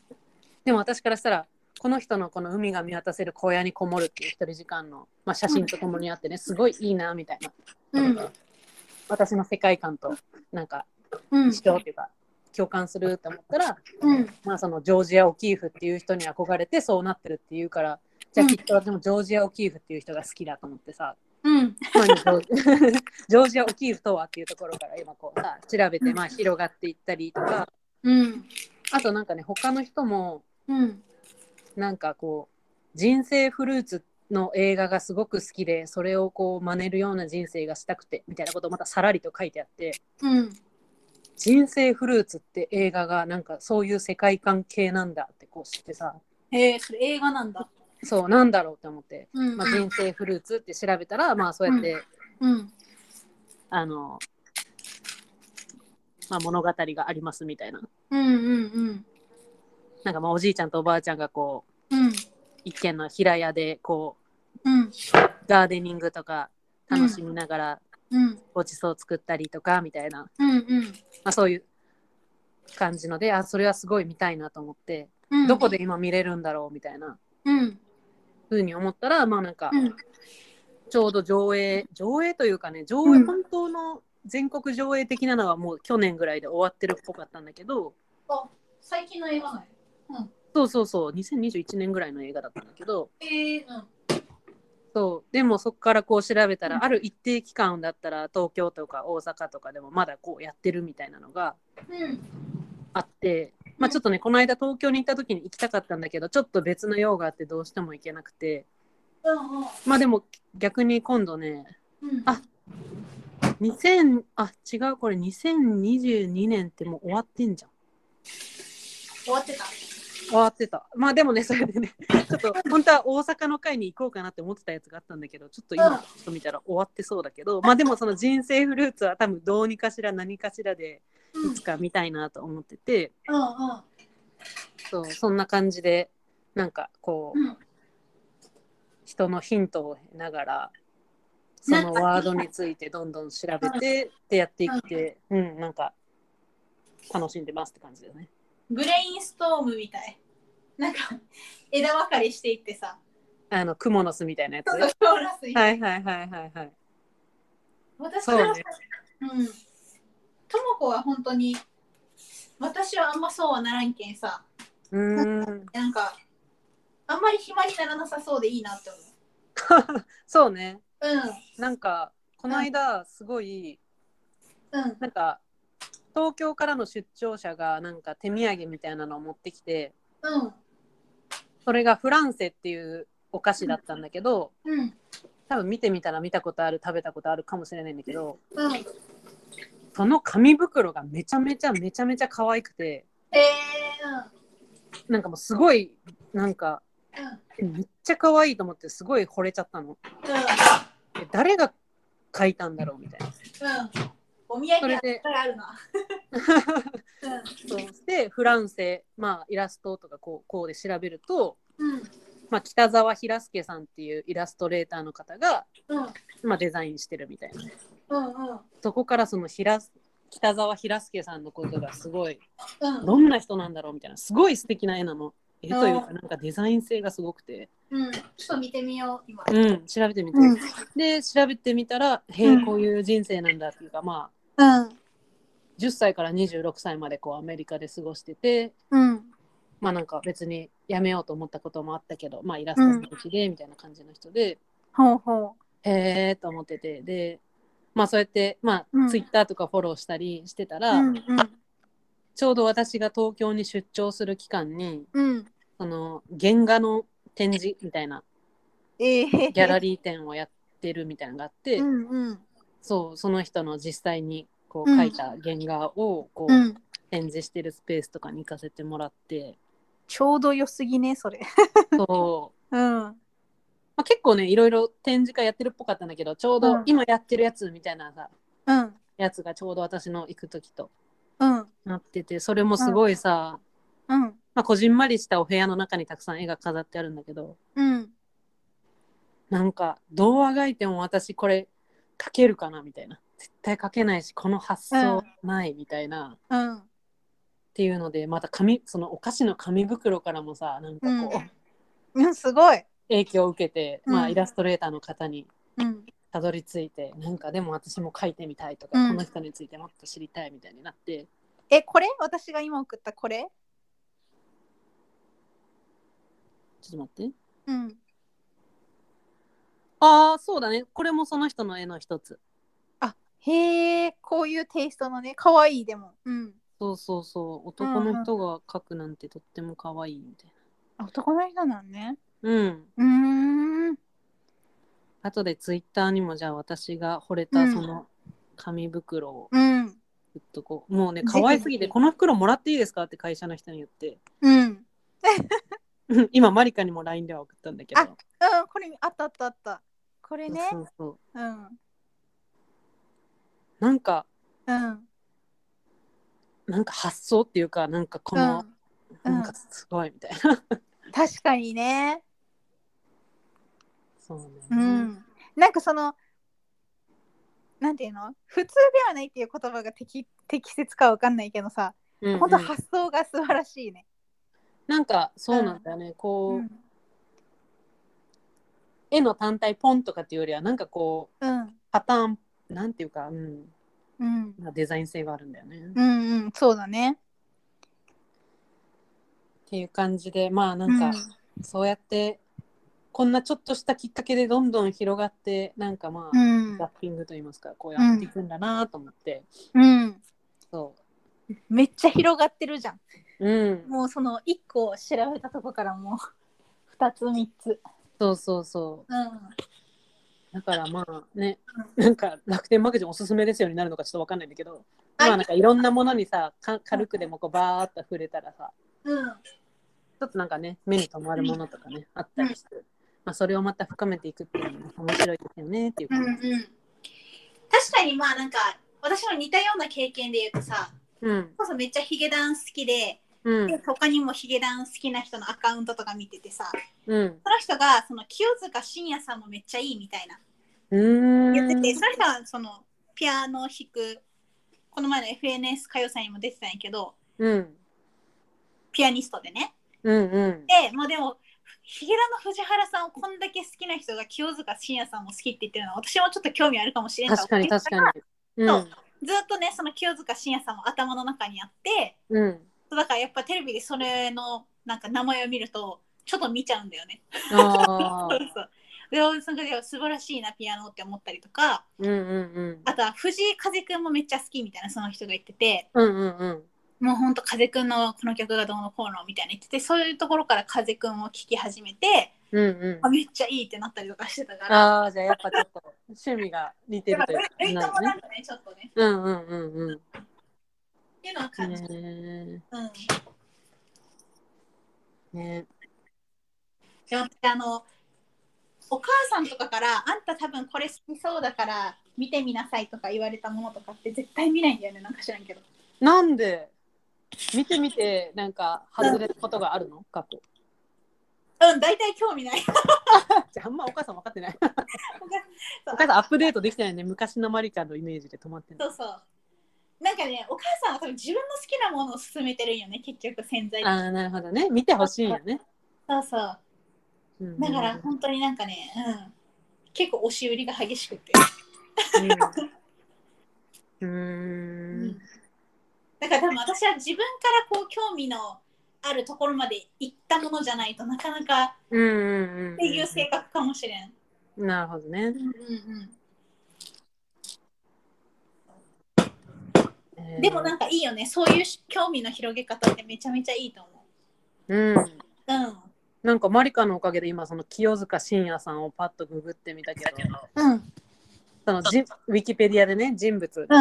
[SPEAKER 2] でも私からしたらこの人のこの海が見渡せる小屋にこもるっていう一人時間の、まあ、写真とともにあってねすごいいいなみたいな
[SPEAKER 1] うん。
[SPEAKER 2] 私の世界観となんか
[SPEAKER 1] うん。
[SPEAKER 2] 主張っていうか共感すると思ったら、
[SPEAKER 1] うん。
[SPEAKER 2] まあ、そのジョージア・オキーフっていう人に憧れてそうなってるっていうからじゃあきっとでもジョージア・オキーフっていう人が好きだと思ってさ、
[SPEAKER 1] うん。
[SPEAKER 2] まあジョージ ョージア・オキーフとはっていうところから今こうさ調べてまあ広がっていったりとか
[SPEAKER 1] うん。
[SPEAKER 2] あとなんかね他の人も
[SPEAKER 1] うん。
[SPEAKER 2] なんかこう人生フルーツの映画がすごく好きでそれをこう真似るような人生がしたくてみたいなことをまたさらりと書いてあって
[SPEAKER 1] うん。
[SPEAKER 2] 人生フルーツって映画がなんかそういう世界観系なんだってこう知ってさ
[SPEAKER 1] へえ、それ映画なんだ。
[SPEAKER 2] そうなんだろうって思って、
[SPEAKER 1] うん。
[SPEAKER 2] まあ、人生フルーツって調べたらまあそうやって、
[SPEAKER 1] うん。
[SPEAKER 2] あの、まあ、物語がありますみたいな
[SPEAKER 1] うん。うん。
[SPEAKER 2] なんかまあおじいちゃんとおばあちゃんがこう
[SPEAKER 1] うん。
[SPEAKER 2] 一軒の平屋でこ
[SPEAKER 1] うん。
[SPEAKER 2] うガーデニングとか楽しみながら
[SPEAKER 1] うん。
[SPEAKER 2] ごちそう作ったりとかみたいな、ま
[SPEAKER 1] うん。うん。
[SPEAKER 2] あ、そういう感じのであそれはすごい見たいなと思って、
[SPEAKER 1] うん
[SPEAKER 2] どこで今見れるんだろうみたいな
[SPEAKER 1] うん
[SPEAKER 2] 風に思ったらまあなんか、
[SPEAKER 1] うん
[SPEAKER 2] ちょうど上映上映というかね上
[SPEAKER 1] う
[SPEAKER 2] 映、
[SPEAKER 1] ん
[SPEAKER 2] 本当の全国上映的なのはもう去年ぐらいで終わってるっぽかったんだけど
[SPEAKER 1] 最近の映画なの
[SPEAKER 2] そうそうそう2021年ぐらいの映画だったんだけど
[SPEAKER 1] ええうん
[SPEAKER 2] そうでもそこからこう調べたら、
[SPEAKER 1] うん
[SPEAKER 2] ある一定期間だったら東京とか大阪とかでもまだこうやってるみたいなのが
[SPEAKER 1] うん
[SPEAKER 2] あって、まあ、ちょっとねこの間東京に行った時に行きたかったんだけどちょっと別の用があってどうしても行けなくて
[SPEAKER 1] うん
[SPEAKER 2] まあでも逆に今度ね
[SPEAKER 1] うん
[SPEAKER 2] あ2000あ違うこれ2022年ってもう終わってんじゃん
[SPEAKER 1] 終わってた
[SPEAKER 2] 終わってたまあでもねそれでねちょっと本当は大阪の会に行こうかなって思ってたやつがあったんだけどちょっ
[SPEAKER 1] うん
[SPEAKER 2] と今ちょっと見たら終わってそうだけどまあでもその人生フルーツは多分どうにかしら何かしらで
[SPEAKER 1] うん
[SPEAKER 2] いつか見たいなと思ってて、
[SPEAKER 1] うん
[SPEAKER 2] そうそんな感じでなんかこう
[SPEAKER 1] うんうん
[SPEAKER 2] 人のヒントを得ながらそ
[SPEAKER 1] なん
[SPEAKER 2] の
[SPEAKER 1] か
[SPEAKER 2] ワードについてどんどん調べてってやっていってうんなんか楽しんでますって感じだよね。
[SPEAKER 1] ブレインストームみたいなんか枝分かれしていってさ
[SPEAKER 2] あのクモの巣みたいなやつ
[SPEAKER 1] ちょっ
[SPEAKER 2] ね。
[SPEAKER 1] とコーラスに
[SPEAKER 2] はいはいはいはいはい。
[SPEAKER 1] 私
[SPEAKER 2] そう
[SPEAKER 1] から
[SPEAKER 2] ね。
[SPEAKER 1] うんともこは本当に私はあんまそうはならんけんさ
[SPEAKER 2] うーん。
[SPEAKER 1] なんかあんまり暇にならなさそうでいいなって思う
[SPEAKER 2] そうね。
[SPEAKER 1] う
[SPEAKER 2] なんかこの間すごい
[SPEAKER 1] んうん
[SPEAKER 2] なんか東京からの出張者がなんか手土産みたいなのを持ってきて
[SPEAKER 1] うん
[SPEAKER 2] それがフランセっていうお菓子だったんだけど
[SPEAKER 1] うん
[SPEAKER 2] 多分見てみたら見たことある食べたことあるかもしれないんだけど
[SPEAKER 1] うん
[SPEAKER 2] その紙袋がめちゃめちゃめちゃめちゃ可愛くて
[SPEAKER 1] ええ
[SPEAKER 2] なんかもうすごいなんか
[SPEAKER 1] うんうん
[SPEAKER 2] めっちゃ可愛いと思ってすごい惚れちゃったのえ誰が書いたんだろうみたいな
[SPEAKER 1] うんうんお土
[SPEAKER 2] そ
[SPEAKER 1] 産
[SPEAKER 2] れ
[SPEAKER 1] が
[SPEAKER 2] で
[SPEAKER 1] あるなうん
[SPEAKER 2] そうしてフランセまあイラストとかこうこうで調べると、
[SPEAKER 1] うん
[SPEAKER 2] まあ、北沢平介さんっていうイラストレーターの方が、
[SPEAKER 1] うん
[SPEAKER 2] まあ、デザインしてるみたいな
[SPEAKER 1] うんうん
[SPEAKER 2] そこからその平北沢平介さんのことがすごい
[SPEAKER 1] うん
[SPEAKER 2] どんな人なんだろうみたいなすごい素敵な絵なの絵というかなんかデザイン性がすごくて、
[SPEAKER 1] うん、ちょっと見てみよう、今。
[SPEAKER 2] うん、調べてみて、
[SPEAKER 1] うん
[SPEAKER 2] で調べてみたらへ
[SPEAKER 1] う
[SPEAKER 2] え
[SPEAKER 1] ん
[SPEAKER 2] こういう人生なんだっていうかま
[SPEAKER 1] う
[SPEAKER 2] あ
[SPEAKER 1] ん、
[SPEAKER 2] 10歳から26歳までこうアメリカで過ごしてて
[SPEAKER 1] うん、
[SPEAKER 2] まあなんか別にやめようと思ったこともあったけどまあイラストの道でみたいな感じの人で、
[SPEAKER 1] ほうほ
[SPEAKER 2] へえと思っててでまあそうやってま
[SPEAKER 1] うん
[SPEAKER 2] あツイッターとかフォローしたりしてた
[SPEAKER 1] う
[SPEAKER 2] ら、
[SPEAKER 1] うん、うん、
[SPEAKER 2] ちょうど私が東京に出張する期間に
[SPEAKER 1] うん、
[SPEAKER 2] その原画の展示みたいな
[SPEAKER 1] ええ
[SPEAKER 2] ギャラリー展をやってるみたいなのがあって、
[SPEAKER 1] うん、うん、
[SPEAKER 2] そうその人の実際にこう
[SPEAKER 1] うん
[SPEAKER 2] 描いた原画をこう、
[SPEAKER 1] うん、
[SPEAKER 2] 展示してるスペースとかに行かせてもらって、
[SPEAKER 1] ちょうど良すぎね、それ。
[SPEAKER 2] そう
[SPEAKER 1] うん、
[SPEAKER 2] まあ、結構ねいろいろ展示会やってるっぽかったんだけどちょう
[SPEAKER 1] う
[SPEAKER 2] ど
[SPEAKER 1] ん
[SPEAKER 2] 今やってるやつみたいなさ、
[SPEAKER 1] うん、
[SPEAKER 2] やつがちょうど私の行く時と
[SPEAKER 1] うん、
[SPEAKER 2] なっててそれもすごいさ、
[SPEAKER 1] うん、
[SPEAKER 2] まあ、こじんまりしたお部屋の中にたくさん絵が飾ってあるんだけど
[SPEAKER 1] うん、
[SPEAKER 2] なんかどうあがいても私これ描けるかなみたいな絶対描けないしこの発想ないみたいな。
[SPEAKER 1] うん、
[SPEAKER 2] っていうのでまた紙そのお菓子の紙袋からもさなんかこう、
[SPEAKER 1] うんうん、すごい。
[SPEAKER 2] 影響を受けて、まあ、
[SPEAKER 1] うん
[SPEAKER 2] イラストレーターの方に
[SPEAKER 1] うん、
[SPEAKER 2] たどり着いてなんかでも私も書いてみたいとか、
[SPEAKER 1] うん
[SPEAKER 2] この人についてもっと知りたいみたいになって
[SPEAKER 1] え、これ、私が今送ったこれ。
[SPEAKER 2] ちょっと待って
[SPEAKER 1] うん、
[SPEAKER 2] ああそうだねこれもその人の絵の一つ
[SPEAKER 1] あ、へえ、こういうテイストのね、可愛いでも。うん、
[SPEAKER 2] そうそうそう男の人が描くなんてとっても可愛いみたい
[SPEAKER 1] あ男の人なんね。
[SPEAKER 2] なうん
[SPEAKER 1] うーん、
[SPEAKER 2] 後でツイッターにもじゃあ私が惚れた
[SPEAKER 1] うん
[SPEAKER 2] その紙袋を
[SPEAKER 1] うん、
[SPEAKER 2] 売っとこう、もうね
[SPEAKER 1] ぜひ
[SPEAKER 2] 可愛すぎ
[SPEAKER 1] ぜ
[SPEAKER 2] て
[SPEAKER 1] ひ
[SPEAKER 2] この袋もらっていいですかって会社の人に言って
[SPEAKER 1] うん、うん、
[SPEAKER 2] うん 今マリカにも LINE では送ったんだけど
[SPEAKER 1] あこれ、あったあったあった。これね
[SPEAKER 2] そ。うそう
[SPEAKER 1] うん、うん、
[SPEAKER 2] なんか
[SPEAKER 1] うん。
[SPEAKER 2] なんか発想っていうかなんかこの、なんかすごいみたいな。
[SPEAKER 1] 確かにね、
[SPEAKER 2] そうね。
[SPEAKER 1] うん、なんかそのなんていうの普通ではないっていう言葉が適適切かわかんないけどさ
[SPEAKER 2] うんうん
[SPEAKER 1] 本当発想が素晴らしいね。
[SPEAKER 2] なんかそうなんだよね、こう、
[SPEAKER 1] うん
[SPEAKER 2] 絵の単体ポンとかっていうよりはなんかこう
[SPEAKER 1] うん
[SPEAKER 2] パターンなんていうか、うん、
[SPEAKER 1] うん
[SPEAKER 2] なデザイン性があるんだよね、
[SPEAKER 1] う
[SPEAKER 2] っ
[SPEAKER 1] んうんそうだね。
[SPEAKER 2] ていう感じでまあなんか、そうやってこんなちょっとしたきっかけでどんどん広がってなんかまあ、
[SPEAKER 1] うん
[SPEAKER 2] ラッピングといいますかこうやっていくんだなと思って、
[SPEAKER 1] うん、うん、
[SPEAKER 2] そ
[SPEAKER 1] めっちゃ広がってるじゃん。
[SPEAKER 2] う、うん、
[SPEAKER 1] もうその1個調べたとこからもう2つ3つ。
[SPEAKER 2] そうそうそう
[SPEAKER 1] う
[SPEAKER 2] だからまあね、なんか楽天マガジンおすすめですよになるのかちょっとわかんないんだけど、
[SPEAKER 1] はい
[SPEAKER 2] まあなんかいろんなものにさ、か軽くでもこうバーっと触れたらさ、
[SPEAKER 1] ん。うん。
[SPEAKER 2] ちょっとなんかね、目に留まるものとかね、あったりして、まあそれをまた深めていくっていうのも面白いですよねっていう
[SPEAKER 1] うんう
[SPEAKER 2] 感
[SPEAKER 1] ん
[SPEAKER 2] じ。
[SPEAKER 1] 確かにまあなんか私も似たような経験で言うとさ
[SPEAKER 2] うん。
[SPEAKER 1] こそめっちゃヒゲダン好きで、
[SPEAKER 2] うん。
[SPEAKER 1] 他にもヒゲダン好きな人のアカウントとか見ててさ
[SPEAKER 2] うん。
[SPEAKER 1] その人がその清塚信也さんもめっちゃいいみたいな
[SPEAKER 2] うん。
[SPEAKER 1] 言っててその人はそのピアノを弾くこの前の FNS 歌謡祭にも出てたんやけど
[SPEAKER 2] うん。
[SPEAKER 1] ピアニストでね
[SPEAKER 2] うん。うん。
[SPEAKER 1] でもうでもヒゲダンの藤原さんをこんだけ好きな人が清塚信也さんも好きって言ってるのは私もちょっと興味あるかもしれんとは
[SPEAKER 2] 確
[SPEAKER 1] 思
[SPEAKER 2] か
[SPEAKER 1] い
[SPEAKER 2] に確かに。う。
[SPEAKER 1] そうんずっとねその清塚信也さんも頭の中にあって
[SPEAKER 2] うん。
[SPEAKER 1] だからやっぱテレビでそれのなんか名前を見るとちょっと見ちゃうんだよね。
[SPEAKER 2] あ
[SPEAKER 1] そ
[SPEAKER 2] あ
[SPEAKER 1] う。そうでおその時は素晴らしいなピアノって思ったりとか
[SPEAKER 2] うんうんうん。
[SPEAKER 1] あとは藤井風くんもめっちゃ好きみたいなその人が言ってて
[SPEAKER 2] うんうんうん。
[SPEAKER 1] もうほんと風くんのこの曲がどうのこうのみたいな言っててそういうところから風くんを聴き始めて
[SPEAKER 2] うんうん
[SPEAKER 1] あ。めっちゃいいってなったりとかしてたから。
[SPEAKER 2] ああ、じゃあやっぱちょっと趣味が似て
[SPEAKER 1] や
[SPEAKER 2] る
[SPEAKER 1] っ
[SPEAKER 2] と
[SPEAKER 1] ぱ
[SPEAKER 2] いう
[SPEAKER 1] レ
[SPEAKER 2] か。
[SPEAKER 1] レイトも
[SPEAKER 2] るね
[SPEAKER 1] なんかねちょっとね
[SPEAKER 2] うんうんうんうん。
[SPEAKER 1] っていうのは感じる、
[SPEAKER 2] ね
[SPEAKER 1] うん
[SPEAKER 2] えね
[SPEAKER 1] でもあのお母さんとかから「あんた多分これ好きそうだから見てみなさい」とか言われたものとかって絶対見ないんだよねなんか知らんけど
[SPEAKER 2] えなんで見てみてなんか外れることがあるの過去。
[SPEAKER 1] うん大体興味ない
[SPEAKER 2] じゃああんまお母さん分か ってない。
[SPEAKER 1] そう
[SPEAKER 2] お母さんアップデートできてないね。昔のマリカのイメージで止まってる
[SPEAKER 1] そ。うそうなんかねお母さんは多分自分の好きなものを勧めてるんよね結局潜在
[SPEAKER 2] あ
[SPEAKER 1] 的に
[SPEAKER 2] あ、なるほどね。見てほしいよね。
[SPEAKER 1] そうそう
[SPEAKER 2] うんうんうん
[SPEAKER 1] だから本当になんかね、うん、結構押し売りが激しくて、
[SPEAKER 2] うん。
[SPEAKER 1] う
[SPEAKER 2] うーん
[SPEAKER 1] ん、だから多分私は自分からこう興味のあるところまで行ったものじゃないとなかなか
[SPEAKER 2] うんうんうん。
[SPEAKER 1] っていう性格かもしれん
[SPEAKER 2] なるほどね。えー
[SPEAKER 1] でもなんかいいよねそういうし興味の広げ方ってめちゃめちゃいいと思
[SPEAKER 2] うん。
[SPEAKER 1] うう
[SPEAKER 2] なんかマリカのおかげで今その清塚信也さんをパッとググってみたけど
[SPEAKER 1] んうん
[SPEAKER 2] そのじウィキペディアでね人物って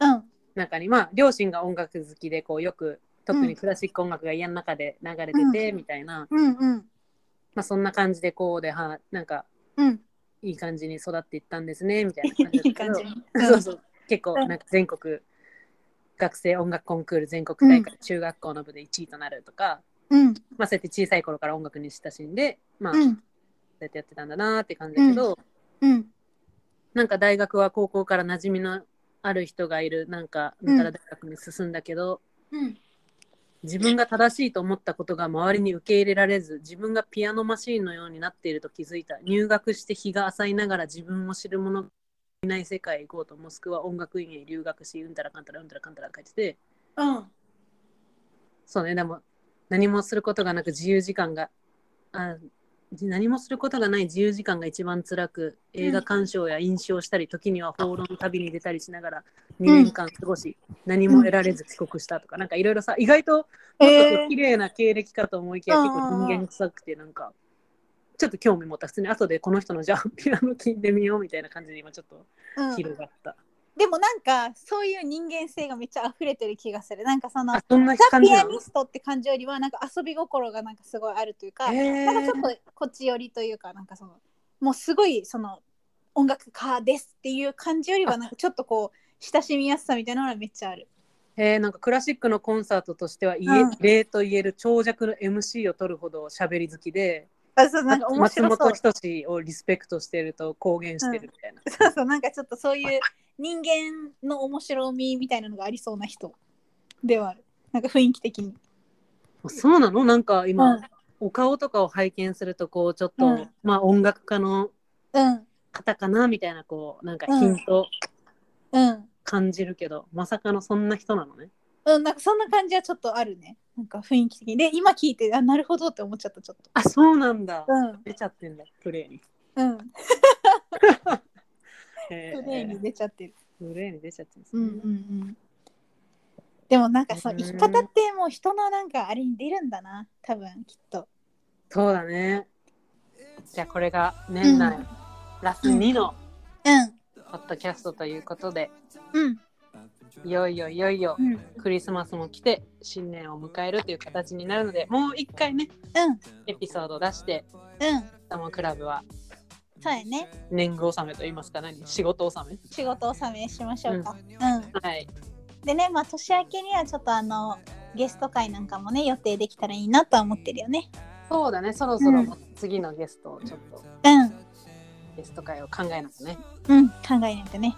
[SPEAKER 1] うんうん
[SPEAKER 2] 中に、まあ両親が音楽好きでこうよく特にクラシック音楽が家の中で流れてて、みたいな、
[SPEAKER 1] うんうん
[SPEAKER 2] まあ、そんな感じでこうではなんか
[SPEAKER 1] うん
[SPEAKER 2] いい感じに育っていったんですねみたい な
[SPEAKER 1] い
[SPEAKER 2] 感じだ
[SPEAKER 1] い
[SPEAKER 2] ったけ
[SPEAKER 1] 感
[SPEAKER 2] ど
[SPEAKER 1] じ
[SPEAKER 2] そうそう結構なんか全国学生音楽コンクール全国大会、中学校の部で1位となるとか、
[SPEAKER 1] うん
[SPEAKER 2] まあ、そうやって小さい頃から音楽に親しんで、まあ、
[SPEAKER 1] う
[SPEAKER 2] そうんやってやってたんだなーって感じだけど、
[SPEAKER 1] うん
[SPEAKER 2] なんか大学は高校から馴染みのある人がいるなんか
[SPEAKER 1] うん
[SPEAKER 2] なんたら大学に進んだけど、
[SPEAKER 1] うん
[SPEAKER 2] 自分が正しいと思ったことが周りに受け入れられず自分がピアノマシーンのようになっていると気づいた入学して日が浅いながら自分を知る者がいない世界へ行こうとモスクワ音楽院へ留学しうんたらかんたらうんたらかんたらって書いてて
[SPEAKER 1] うん
[SPEAKER 2] そうねでも何もすることがなく自由時間があ何もすることがない自由時間が一番辛く映画鑑賞や飲酒をしたり時には放浪の旅に出たりしながら2年間過ごし、何も得られず帰国したとか、なんかいろいろさ意外ともっとこう綺麗な経歴かと思いきや、
[SPEAKER 1] あー
[SPEAKER 2] 結構人間臭くてなんかちょっと興味持った普通に後でこの人のじゃあピアノ聞いてみようみたいな感じで今ちょっと
[SPEAKER 1] うん
[SPEAKER 2] 広がった、
[SPEAKER 1] でもなんかそういう人間性がめっちゃ溢れてる気がするなんかその
[SPEAKER 2] あそんな
[SPEAKER 1] ザ・
[SPEAKER 2] 感じ
[SPEAKER 1] ピア
[SPEAKER 2] なの
[SPEAKER 1] ニストって感じよりはなんか遊び心がなんかすごいあるというか、
[SPEAKER 2] へ
[SPEAKER 1] なんかちょっ
[SPEAKER 2] ー
[SPEAKER 1] とこっち寄りというかなんかそのもうすごいその音楽家ですっていう感じよりはなんかちょっとこう親しみやすさみたいなのがめっちゃある。
[SPEAKER 2] えー、なんかクラシックのコンサートとしては異
[SPEAKER 1] うん
[SPEAKER 2] 例と言える長尺の MC を取るほど喋り好きで、
[SPEAKER 1] あそうなんか面
[SPEAKER 2] 松
[SPEAKER 1] 白そう
[SPEAKER 2] 本人志をリスペクトしてると公言してるみたいな、
[SPEAKER 1] そうそうなんかちょっとそういう人間の面白みみたいなのがありそうな人ではある。なんか雰囲気的に。
[SPEAKER 2] そうなのなんか今、
[SPEAKER 1] うん
[SPEAKER 2] お顔とかを拝見するとこうちょっと、
[SPEAKER 1] うん
[SPEAKER 2] まあ音楽家の
[SPEAKER 1] うん、
[SPEAKER 2] 方かなみたいなこうなんかヒント
[SPEAKER 1] うん、
[SPEAKER 2] 感じるけど、まさかのそんな人なのね。
[SPEAKER 1] うん、なんかそんな感じはちょっとあるね。なんか雰囲気的に。で、今聞いて、あ、なるほどって思っちゃった、ちょっと。
[SPEAKER 2] あそうなんだ。
[SPEAKER 1] うん、
[SPEAKER 2] 出ちゃってんだプレーに。
[SPEAKER 1] うん、プ
[SPEAKER 2] へー
[SPEAKER 1] レイに出ちゃってる。
[SPEAKER 2] プレーに出ちゃってんです
[SPEAKER 1] う
[SPEAKER 2] ね
[SPEAKER 1] ん、うん、うん。でもなんかその生き方ってもう人のなんかあれに出るんだな多分きっと
[SPEAKER 2] そうだね。じゃあこれが年内、
[SPEAKER 1] うん
[SPEAKER 2] ラス2の
[SPEAKER 1] うん
[SPEAKER 2] ポッドキャストということで、
[SPEAKER 1] うん
[SPEAKER 2] いよいよいよいよ
[SPEAKER 1] うん
[SPEAKER 2] クリスマスも来て新年を迎えるという形になるのでもう一回ね
[SPEAKER 1] うん
[SPEAKER 2] エピソード出して
[SPEAKER 1] うん
[SPEAKER 2] 「タモクラブ」は
[SPEAKER 1] そうやね
[SPEAKER 2] 年貢納めといいますか何仕事納め
[SPEAKER 1] 仕事納めしましょうかうん、
[SPEAKER 2] はい
[SPEAKER 1] でねまあ年明けにはちょっとあのゲスト会なんかもね予定できたらいいなとは思ってるよね
[SPEAKER 2] そうだねそろそろ
[SPEAKER 1] うん
[SPEAKER 2] 次のゲストをちょっと
[SPEAKER 1] うん
[SPEAKER 2] ゲスト会を考えなくね
[SPEAKER 1] うん考えないとね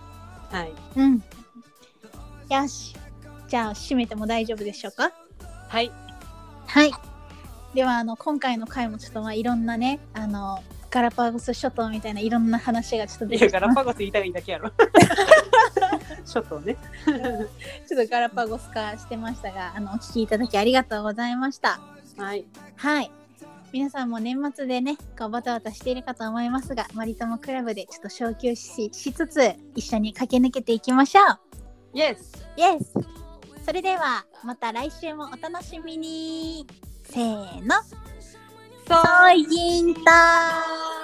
[SPEAKER 2] はい
[SPEAKER 1] うんよしじゃあ締めても大丈夫でしょうか
[SPEAKER 2] はい
[SPEAKER 1] はい。ではあの今回の回もちょっとまあいろんなねあのガラパゴス諸島みたいないろんな話がちょっと出
[SPEAKER 2] いや
[SPEAKER 1] てき
[SPEAKER 2] ガ
[SPEAKER 1] た
[SPEAKER 2] ラパゴス言いたらいいだけや ろちょっとね
[SPEAKER 1] ちょっとガラパゴス化してましたがあのお聞きいただきありがとうございました。
[SPEAKER 2] はい
[SPEAKER 1] はい。皆さんも年末でね、こうバタバタしているかと思いますが、マリトモクラブでちょっと昇級ししつつ、一緒に駆け抜けていきましょう。
[SPEAKER 2] イエス
[SPEAKER 1] イエスそれでは、また来週もお楽しみにせーの、ソーインター